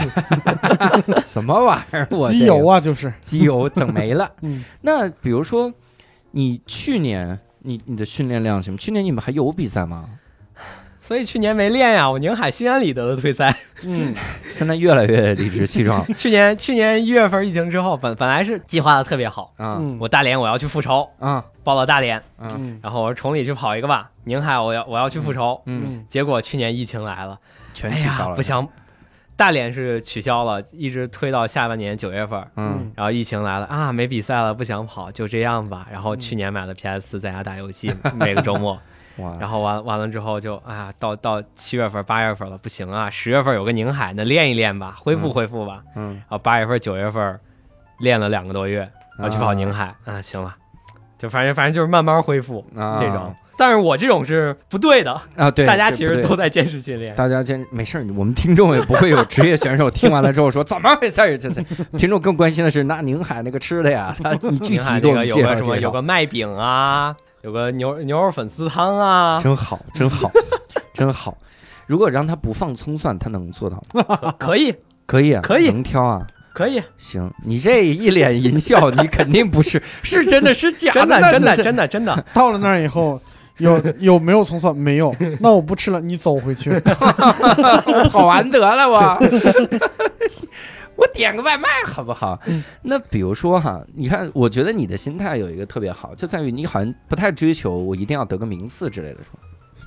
A: 什么玩意儿？我
C: 机
A: 这
C: 油
A: 个
C: 啊，就是
A: 机油整没了。
C: 嗯
A: 那比如说，你去年你你的训练量行吗？去年你们还有比赛吗？
D: 所以去年没练呀，我宁海心安理得的退赛。
C: 嗯
A: 现在越来越理直气壮
D: 去年去年一月份疫情之后，本本来是计划的特别好，
A: 啊
C: 嗯
D: 我大连我要去复仇，
A: 啊
D: 报了大连，
A: 啊！
C: 嗯
D: 然后我说崇礼去跑一个吧，宁海我要我要去复仇。
A: 嗯，
C: 嗯
D: 结果去年疫情来了，
A: 全
D: 哎
A: 取消
D: 呀
A: 了，
D: 不行，大连是取消了，一直推到下半年九月份。
A: 嗯，
D: 然后疫情来了啊，没比赛了，不想跑，就这样吧。
A: 嗯
D: 然后去年买了 PS 四，在家打游戏， 每个 周末。
A: 啊
C: 嗯
A: 哇，
D: 然后完完了之后就啊，到到七月份、八月份了，不行啊，十月份有个宁海，那练一练吧，恢复
A: 嗯
D: 恢复吧。
A: 嗯，
D: 然后八月份、九月份练了两个多月，然后去跑宁
A: 海
D: 海啊行了，就反正反正就是慢慢恢复这种
A: 啊。
D: 但是我这种是不对的，
A: 啊，对，
D: 大家
A: 这
D: 其
A: 不
D: 实
A: 对
D: 都在坚持训练。
A: 大家先没事儿，我们听众也不会有职业选手听完了之后 说怎么回事儿，这是听众更关心的是那宁海那个吃的呀，他你具
D: 宁海
A: 体给我
D: 那个
A: 们
D: 有
A: 介绍
D: 个什么
A: 介
D: 有
A: 绍
D: 个，麦饼啊，有个牛牛肉粉丝汤啊，
A: 真 好，真好，真好。如果让他不放葱蒜，他能做到 吗？
D: 可以
A: 可以啊，
D: 可以
A: 能挑啊。
D: 可以，
A: 行，你这一脸淫 笑，你肯定不是，是真的是假
D: 真的
A: 那
D: 真的
A: 是
D: 真的真的，
C: 到了那儿以 后。有有没有葱蒜？没有，那我不吃了，你走 回去。
A: 跑完得了我， 我点个外卖好不好？
D: 嗯
A: 那比如说哈，你看，我觉得你的心态有一个特别好，就在于你好像不太追求我一定要得个名次之类的，是吧？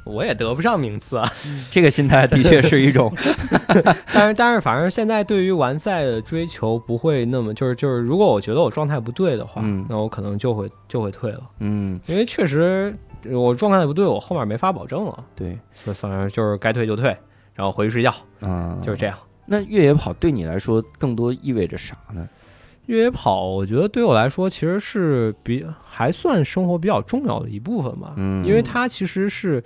D: 我也得不上名次啊。
A: 这个心态的确是一种
D: 但是但是，反正现在对于完赛的追求不会那么，就是就是，如果我觉得我状态不对的话，
A: 嗯
D: 那我可能就会就会退了，
A: 嗯，
D: 因为确实呃我状态不对，我后面没法保证了，
A: 对，
D: 就反正就是该退就退，然后回去睡觉，
A: 嗯，
D: 就是这样。
A: 那越野跑对你来说更多意味着啥呢？
D: 越野跑，我觉得对我来说其实是比还算生活比较重要的一部分吧，
A: 嗯
D: 因为它其实是。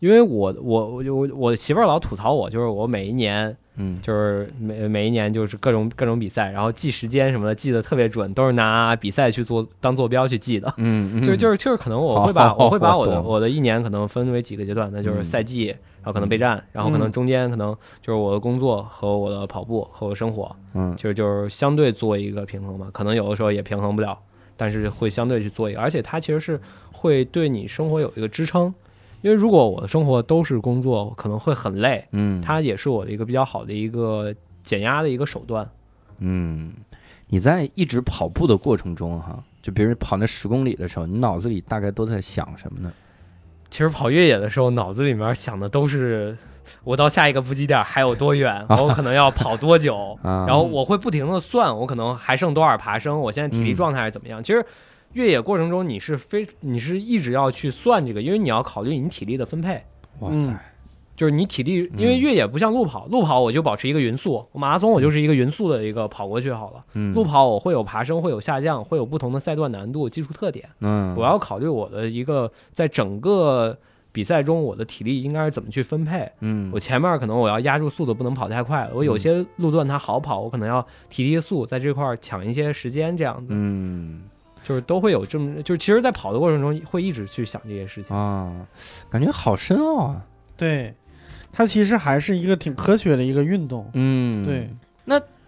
D: 因为我我我我我媳妇儿老吐槽我，就是我每一年
A: 嗯
D: 就是每每一年就是各种各种比赛，然后记时间什么的记得特别准，都是拿比赛去做当坐标去记的。
A: 嗯嗯，
D: 就就是就是可能我会把
A: 好
D: 我会把我的
A: 懂
D: 我的一年可能分为几个阶段，那就是赛季，然后可能备战，然后可能中间可能就是我的工作和我的跑步和我生活，
A: 嗯
D: 就是就是相对做一个平衡吧。可能有的时候也平衡不了，但是会相对去做一个，而且它其实是会对你生活有一个支撑。因为如果我的生活都是工作，可能会很累，
A: 嗯，
D: 它也是我的一个比较好的一个减压的一个手段。
A: 嗯，你在一直跑步的过程中哈，就比如跑那十公里的时候，你脑子里大概都在想什么呢？
D: 其实跑越野的时候，脑子里面想的都是我到下一个补给点还有多远，我可能要跑多久，
A: 啊，
D: 然后我会不停的算，我可能还剩多少爬升，我现在体力
A: 嗯
D: 状态是怎么样。其实越野过程中，你是非你是一直要去算这个，因为你要考虑你体力的分配。
A: 哇塞，
D: 就是你体力，因为
A: 嗯
D: 越野不像路跑，路跑我就保持一个匀速，马拉松我就是一个匀速的一个跑过去好了。
A: 嗯，
D: 路跑我会有爬升，会有下降，会有不同的赛段难度、技术特点。
A: 嗯，
D: 我要考虑我的一个在整个比赛中我的体力应该是怎么去分配。
A: 嗯，
D: 我前面可能我要压住速度，不能跑太快了。我有些路段它好跑，我可能要提提速，在这块儿抢一些时间，这样子
A: 嗯
D: 就是都会有这么，就是其实，在跑的过程中会一直去想这些事 情。
A: 啊，感觉好深奥啊，
C: 对，它其实还是一个挺科学的一个运动。
A: 嗯，
C: 对，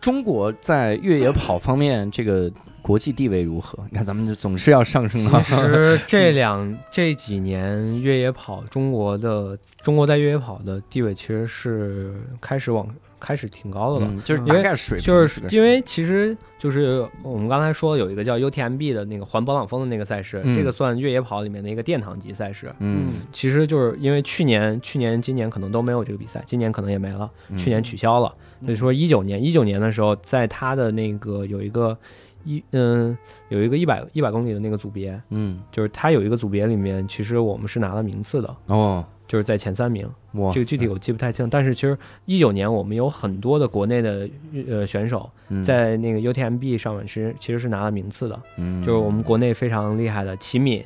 A: 中国在越野跑方面这个国际地位如何？你看咱们就总是要上升啊到
D: 其实这两这几年越野跑，中国的中国在越野跑的地位其实是开始往开始挺高的了。
A: 嗯，就是
C: 因
A: 大
D: 为
A: 概水平
D: 就是
A: 个
D: 因为其实就是我们刚才说有一个叫 UTMB 的那个环勃朗峰的那个赛事，
A: 嗯
D: 这个算越野跑里面的一个殿堂级赛事。
A: 嗯，
D: 其实就是因为去年、去年、今年可能都没有这个比赛，今年可能也没了，
A: 嗯
D: 去年取消了。所
C: 嗯
D: 以说一九年一九年的时候，在他的那个有一个一嗯有一个一百一百公里的那个组别，
A: 嗯
D: 就是他有一个组别里面，其实我们是拿了名次的，
A: 哦
D: 就是在前三名。
A: 哇
D: 这个具体我记不太清，但是其实一九年我们有很多的国内的呃选手
A: 嗯
D: 在那个 UTMB 上面是其实是拿了名次的，
A: 嗯
D: 就是我们国内非常厉害的齐敏，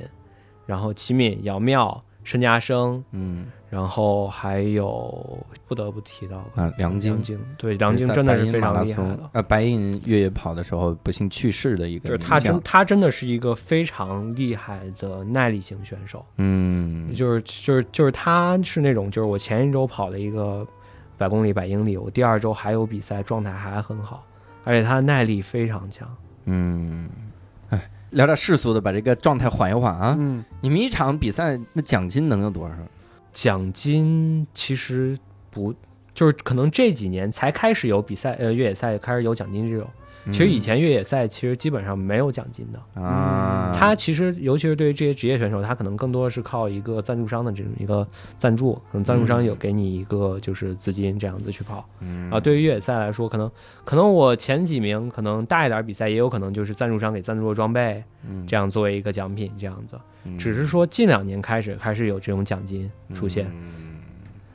D: 然后齐敏、姚妙、申嘉生，
A: 嗯
D: 然后还有不得不提到
A: 啊梁晶
D: 梁晶，对梁晶真的是非常厉害的。
A: 呃，白银越野跑的时候不幸去世的一个
D: 就是
A: 名将，
D: 他真，他真的是一个非常厉害的耐力型选手，
A: 嗯，
D: 就是就是就是他是那种，就是我前一周跑了一个百公里、百英里，我第二周还有比赛，状态还很好，而且他的耐力非常强。
A: 嗯，哎，聊点世俗的，把这个状态缓一缓啊。
C: 嗯，
A: 你们一场比赛那奖金能有多少？
D: 奖金其实不，就是可能这几年才开始有比赛，呃，越野赛开始有奖金制度。其实以前越野赛其实基本上没有奖金的，
A: 嗯啊，
D: 他其实尤其是对于这些职业选手，他可能更多是靠一个赞助商的这种一个赞助，可能赞助商有给你一个就是资金这样子去跑。
A: 嗯
D: 啊，对于越野赛来说，可能可能我前几名，可能大一点儿比赛也有可能就是赞助商给赞助的装备，
A: 嗯
D: 这样作为一个奖品这样子。
A: 嗯
D: 只是说近两年开始开始有这种奖金出现，
A: 嗯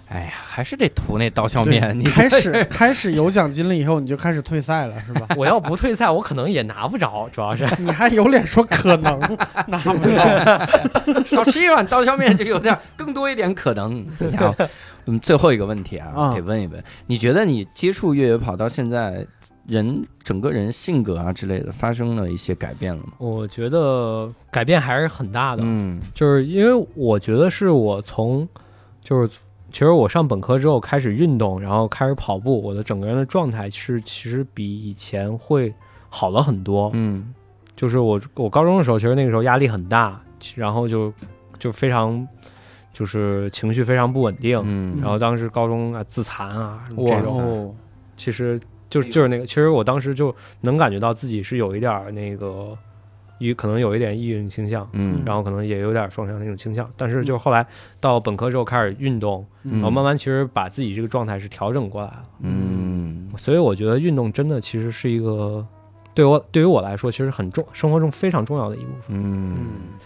A: 哎呀，还是得图那刀削
C: 对
A: 面。你
C: 开始开始有奖金了以后，你就开始退赛了，是吧？
D: 我要不退赛，我可能也拿不着，主要是
C: 你还有脸说可能 拿不着？
A: 少吃一碗刀削面就有点儿更多一点可能。这家伙，嗯，最后一个问题啊，
C: 啊
A: 得问一问，你觉得你接触越野跑到现在，人整个人性格啊之类的发生了一些改变了吗？
D: 我觉得改变还是很大的，
A: 嗯
D: 就是因为我觉得是我从就是。其实我上本科之后开始运动，然后开始跑步，我的整个人的状态是其实比以前会好了很多。
A: 嗯
D: 就是我我高中的时候，其实那个时候压力很大，然后就就非常就是情绪非常不稳定，
A: 嗯
D: 然后当时高中啊自残啊什么
A: 哇
D: 这
A: 塞
D: 种，其实就就是那个，其实我当时就能感觉到自己是有一点儿那个抑，可能有一点抑郁倾向，
A: 嗯
D: 然后可能也有点双向那种倾向，但是就后来到本科之后开始运动，
A: 嗯
D: 然后慢慢其实把自己这个状态是调整过来了。
A: 嗯
D: 所以我觉得运动真的其实是一个对我对于我来说其实很重生活中非常重要的一部分。
A: 嗯，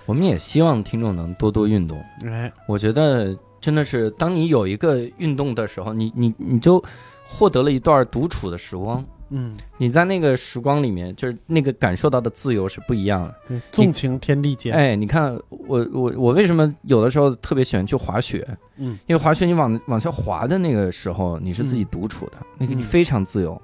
A: 我们也希望听众能多多运动。
C: 哎，
A: 我觉得真的是，当你有一个运动的时候，你你你就获得了一段独处的时光。
C: 嗯，
A: 你在那个时光里面，就是那个感受到的自由是不一样的。
C: 对，纵情天地间，
A: 哎，你看我我我为什么有的时候特别喜欢去滑雪？
C: 嗯，
A: 因为滑雪你往往下滑的那个时候，你是自己独处的，那个你非常自由。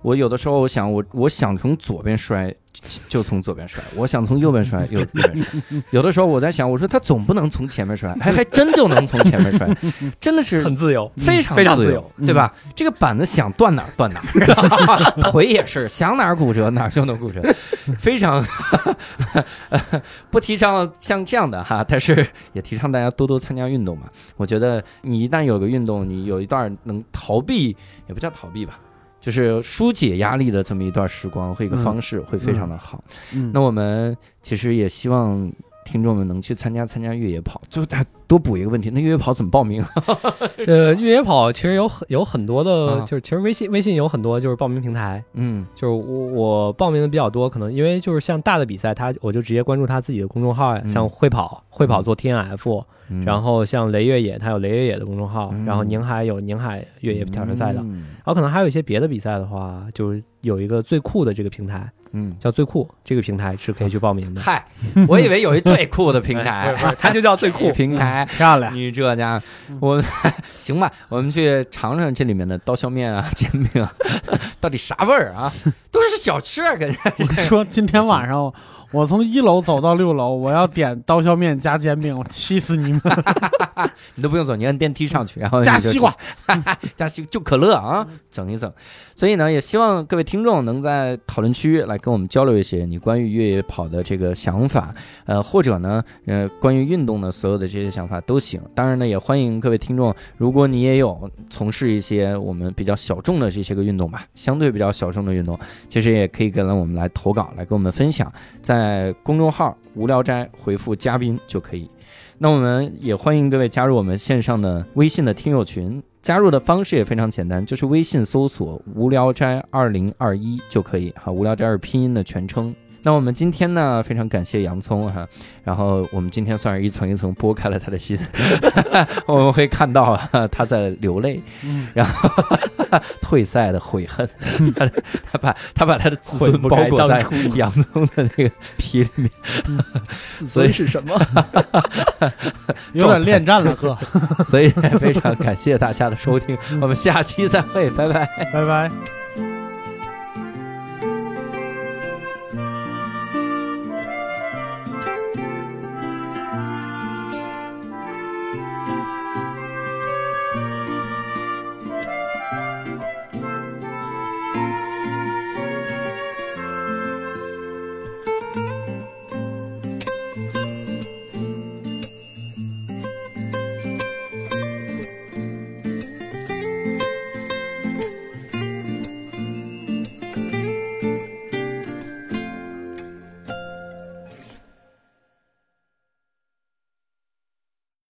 A: 我有的时候我想我我想从左边摔就就从左边摔，我想从右边摔右右边摔。有的时候我在想，我说他总不能从前面摔，还还真就能从前面摔，真的是
D: 很自由，
A: 嗯非常
D: 嗯非常
A: 自
D: 自
A: 由
D: 由，
A: 对吧？这个板子想断哪儿断哪儿，腿也是想哪儿骨折哪儿就能骨折，非常 不提倡像这样的哈，但是也提倡大家多多参加运动嘛。我觉得你一旦有个运动，你有一段能逃避，也不叫逃避吧。就是疏解压力的这么一段时光和一个方式会非常的好。
C: 嗯，
A: 那我们其实也希望听众们能去参加参加越野跑。最后大家多补一个问题，那越野跑怎么报名？啊
D: 呃，越野跑其实有很有很多的，
A: 啊
D: 就是其实微信微信有很多就是报名平台，
A: 嗯
D: 就是我我报名的比较多，可能因为就是像大的比赛，他我就直接关注他自己的公众号呀，
A: 嗯
D: 像会跑会跑做 TNF，、
A: 嗯
D: 然后像雷越野，他有雷越野的公众号，
A: 嗯
D: 然后宁海有宁海越野挑战赛的，
A: 嗯
D: 然后可能还有一些别的比赛的话，就是有一个最酷的这个平台
A: 嗯，
D: 叫最酷，这个平台是可以去报名的。
A: 嗨，我以为有一最酷的平台，
D: 它就叫最酷
A: 平台。
C: 漂 亮，
A: 你这家伙
C: 嗯，
A: 我 行吧，我们去尝尝这里面的刀削面啊、 煎饼啊，到底啥味儿啊？都是小吃啊，感觉。
C: 我说今天晚上我从一楼走到六楼，我要点刀削面加煎饼，我气死你们！
A: 你都不用走，你按电梯上去，然后
C: 加
A: 你就
C: 西瓜，
A: 加西就可乐啊，整一整。所以呢，也希望各位听众能在讨论区来跟我们交流一些你关于越野跑的这个想法，呃，或者呢，呃，关于运动的所有的这些想法都行。当然呢，也欢迎各位听众，如果你也有从事一些我们比较小众的这些个运动吧，相对比较小众的运动，其实也可以跟我们来投稿，来跟我们分享，在公众号“无聊斋”回复“嘉宾”就可以。那我们也欢迎各位加入我们线上的微信的听友群，加入的方式也非常简单，就是微信搜索“无聊斋二零二一”就可以哈，“啊无聊斋”是拼音的全称。那我们今天呢，非常感谢洋葱哈，然后我们今天算是一层一层剥开了他的心， 我们会看到啊他在流泪，
C: 嗯，
A: 然后退赛的悔恨， 他他把他把他的自
D: 悔
A: 尊
D: 不
A: 包
D: 该
A: 裹
D: 当
A: 在
D: 初
A: 洋葱的那个皮里面，
D: 自
A: 所以
D: 尊是什 么？
C: 有点恋战了，哥，
A: 所以非常感谢大家的收听，我们下期再会，拜拜。
C: 拜拜。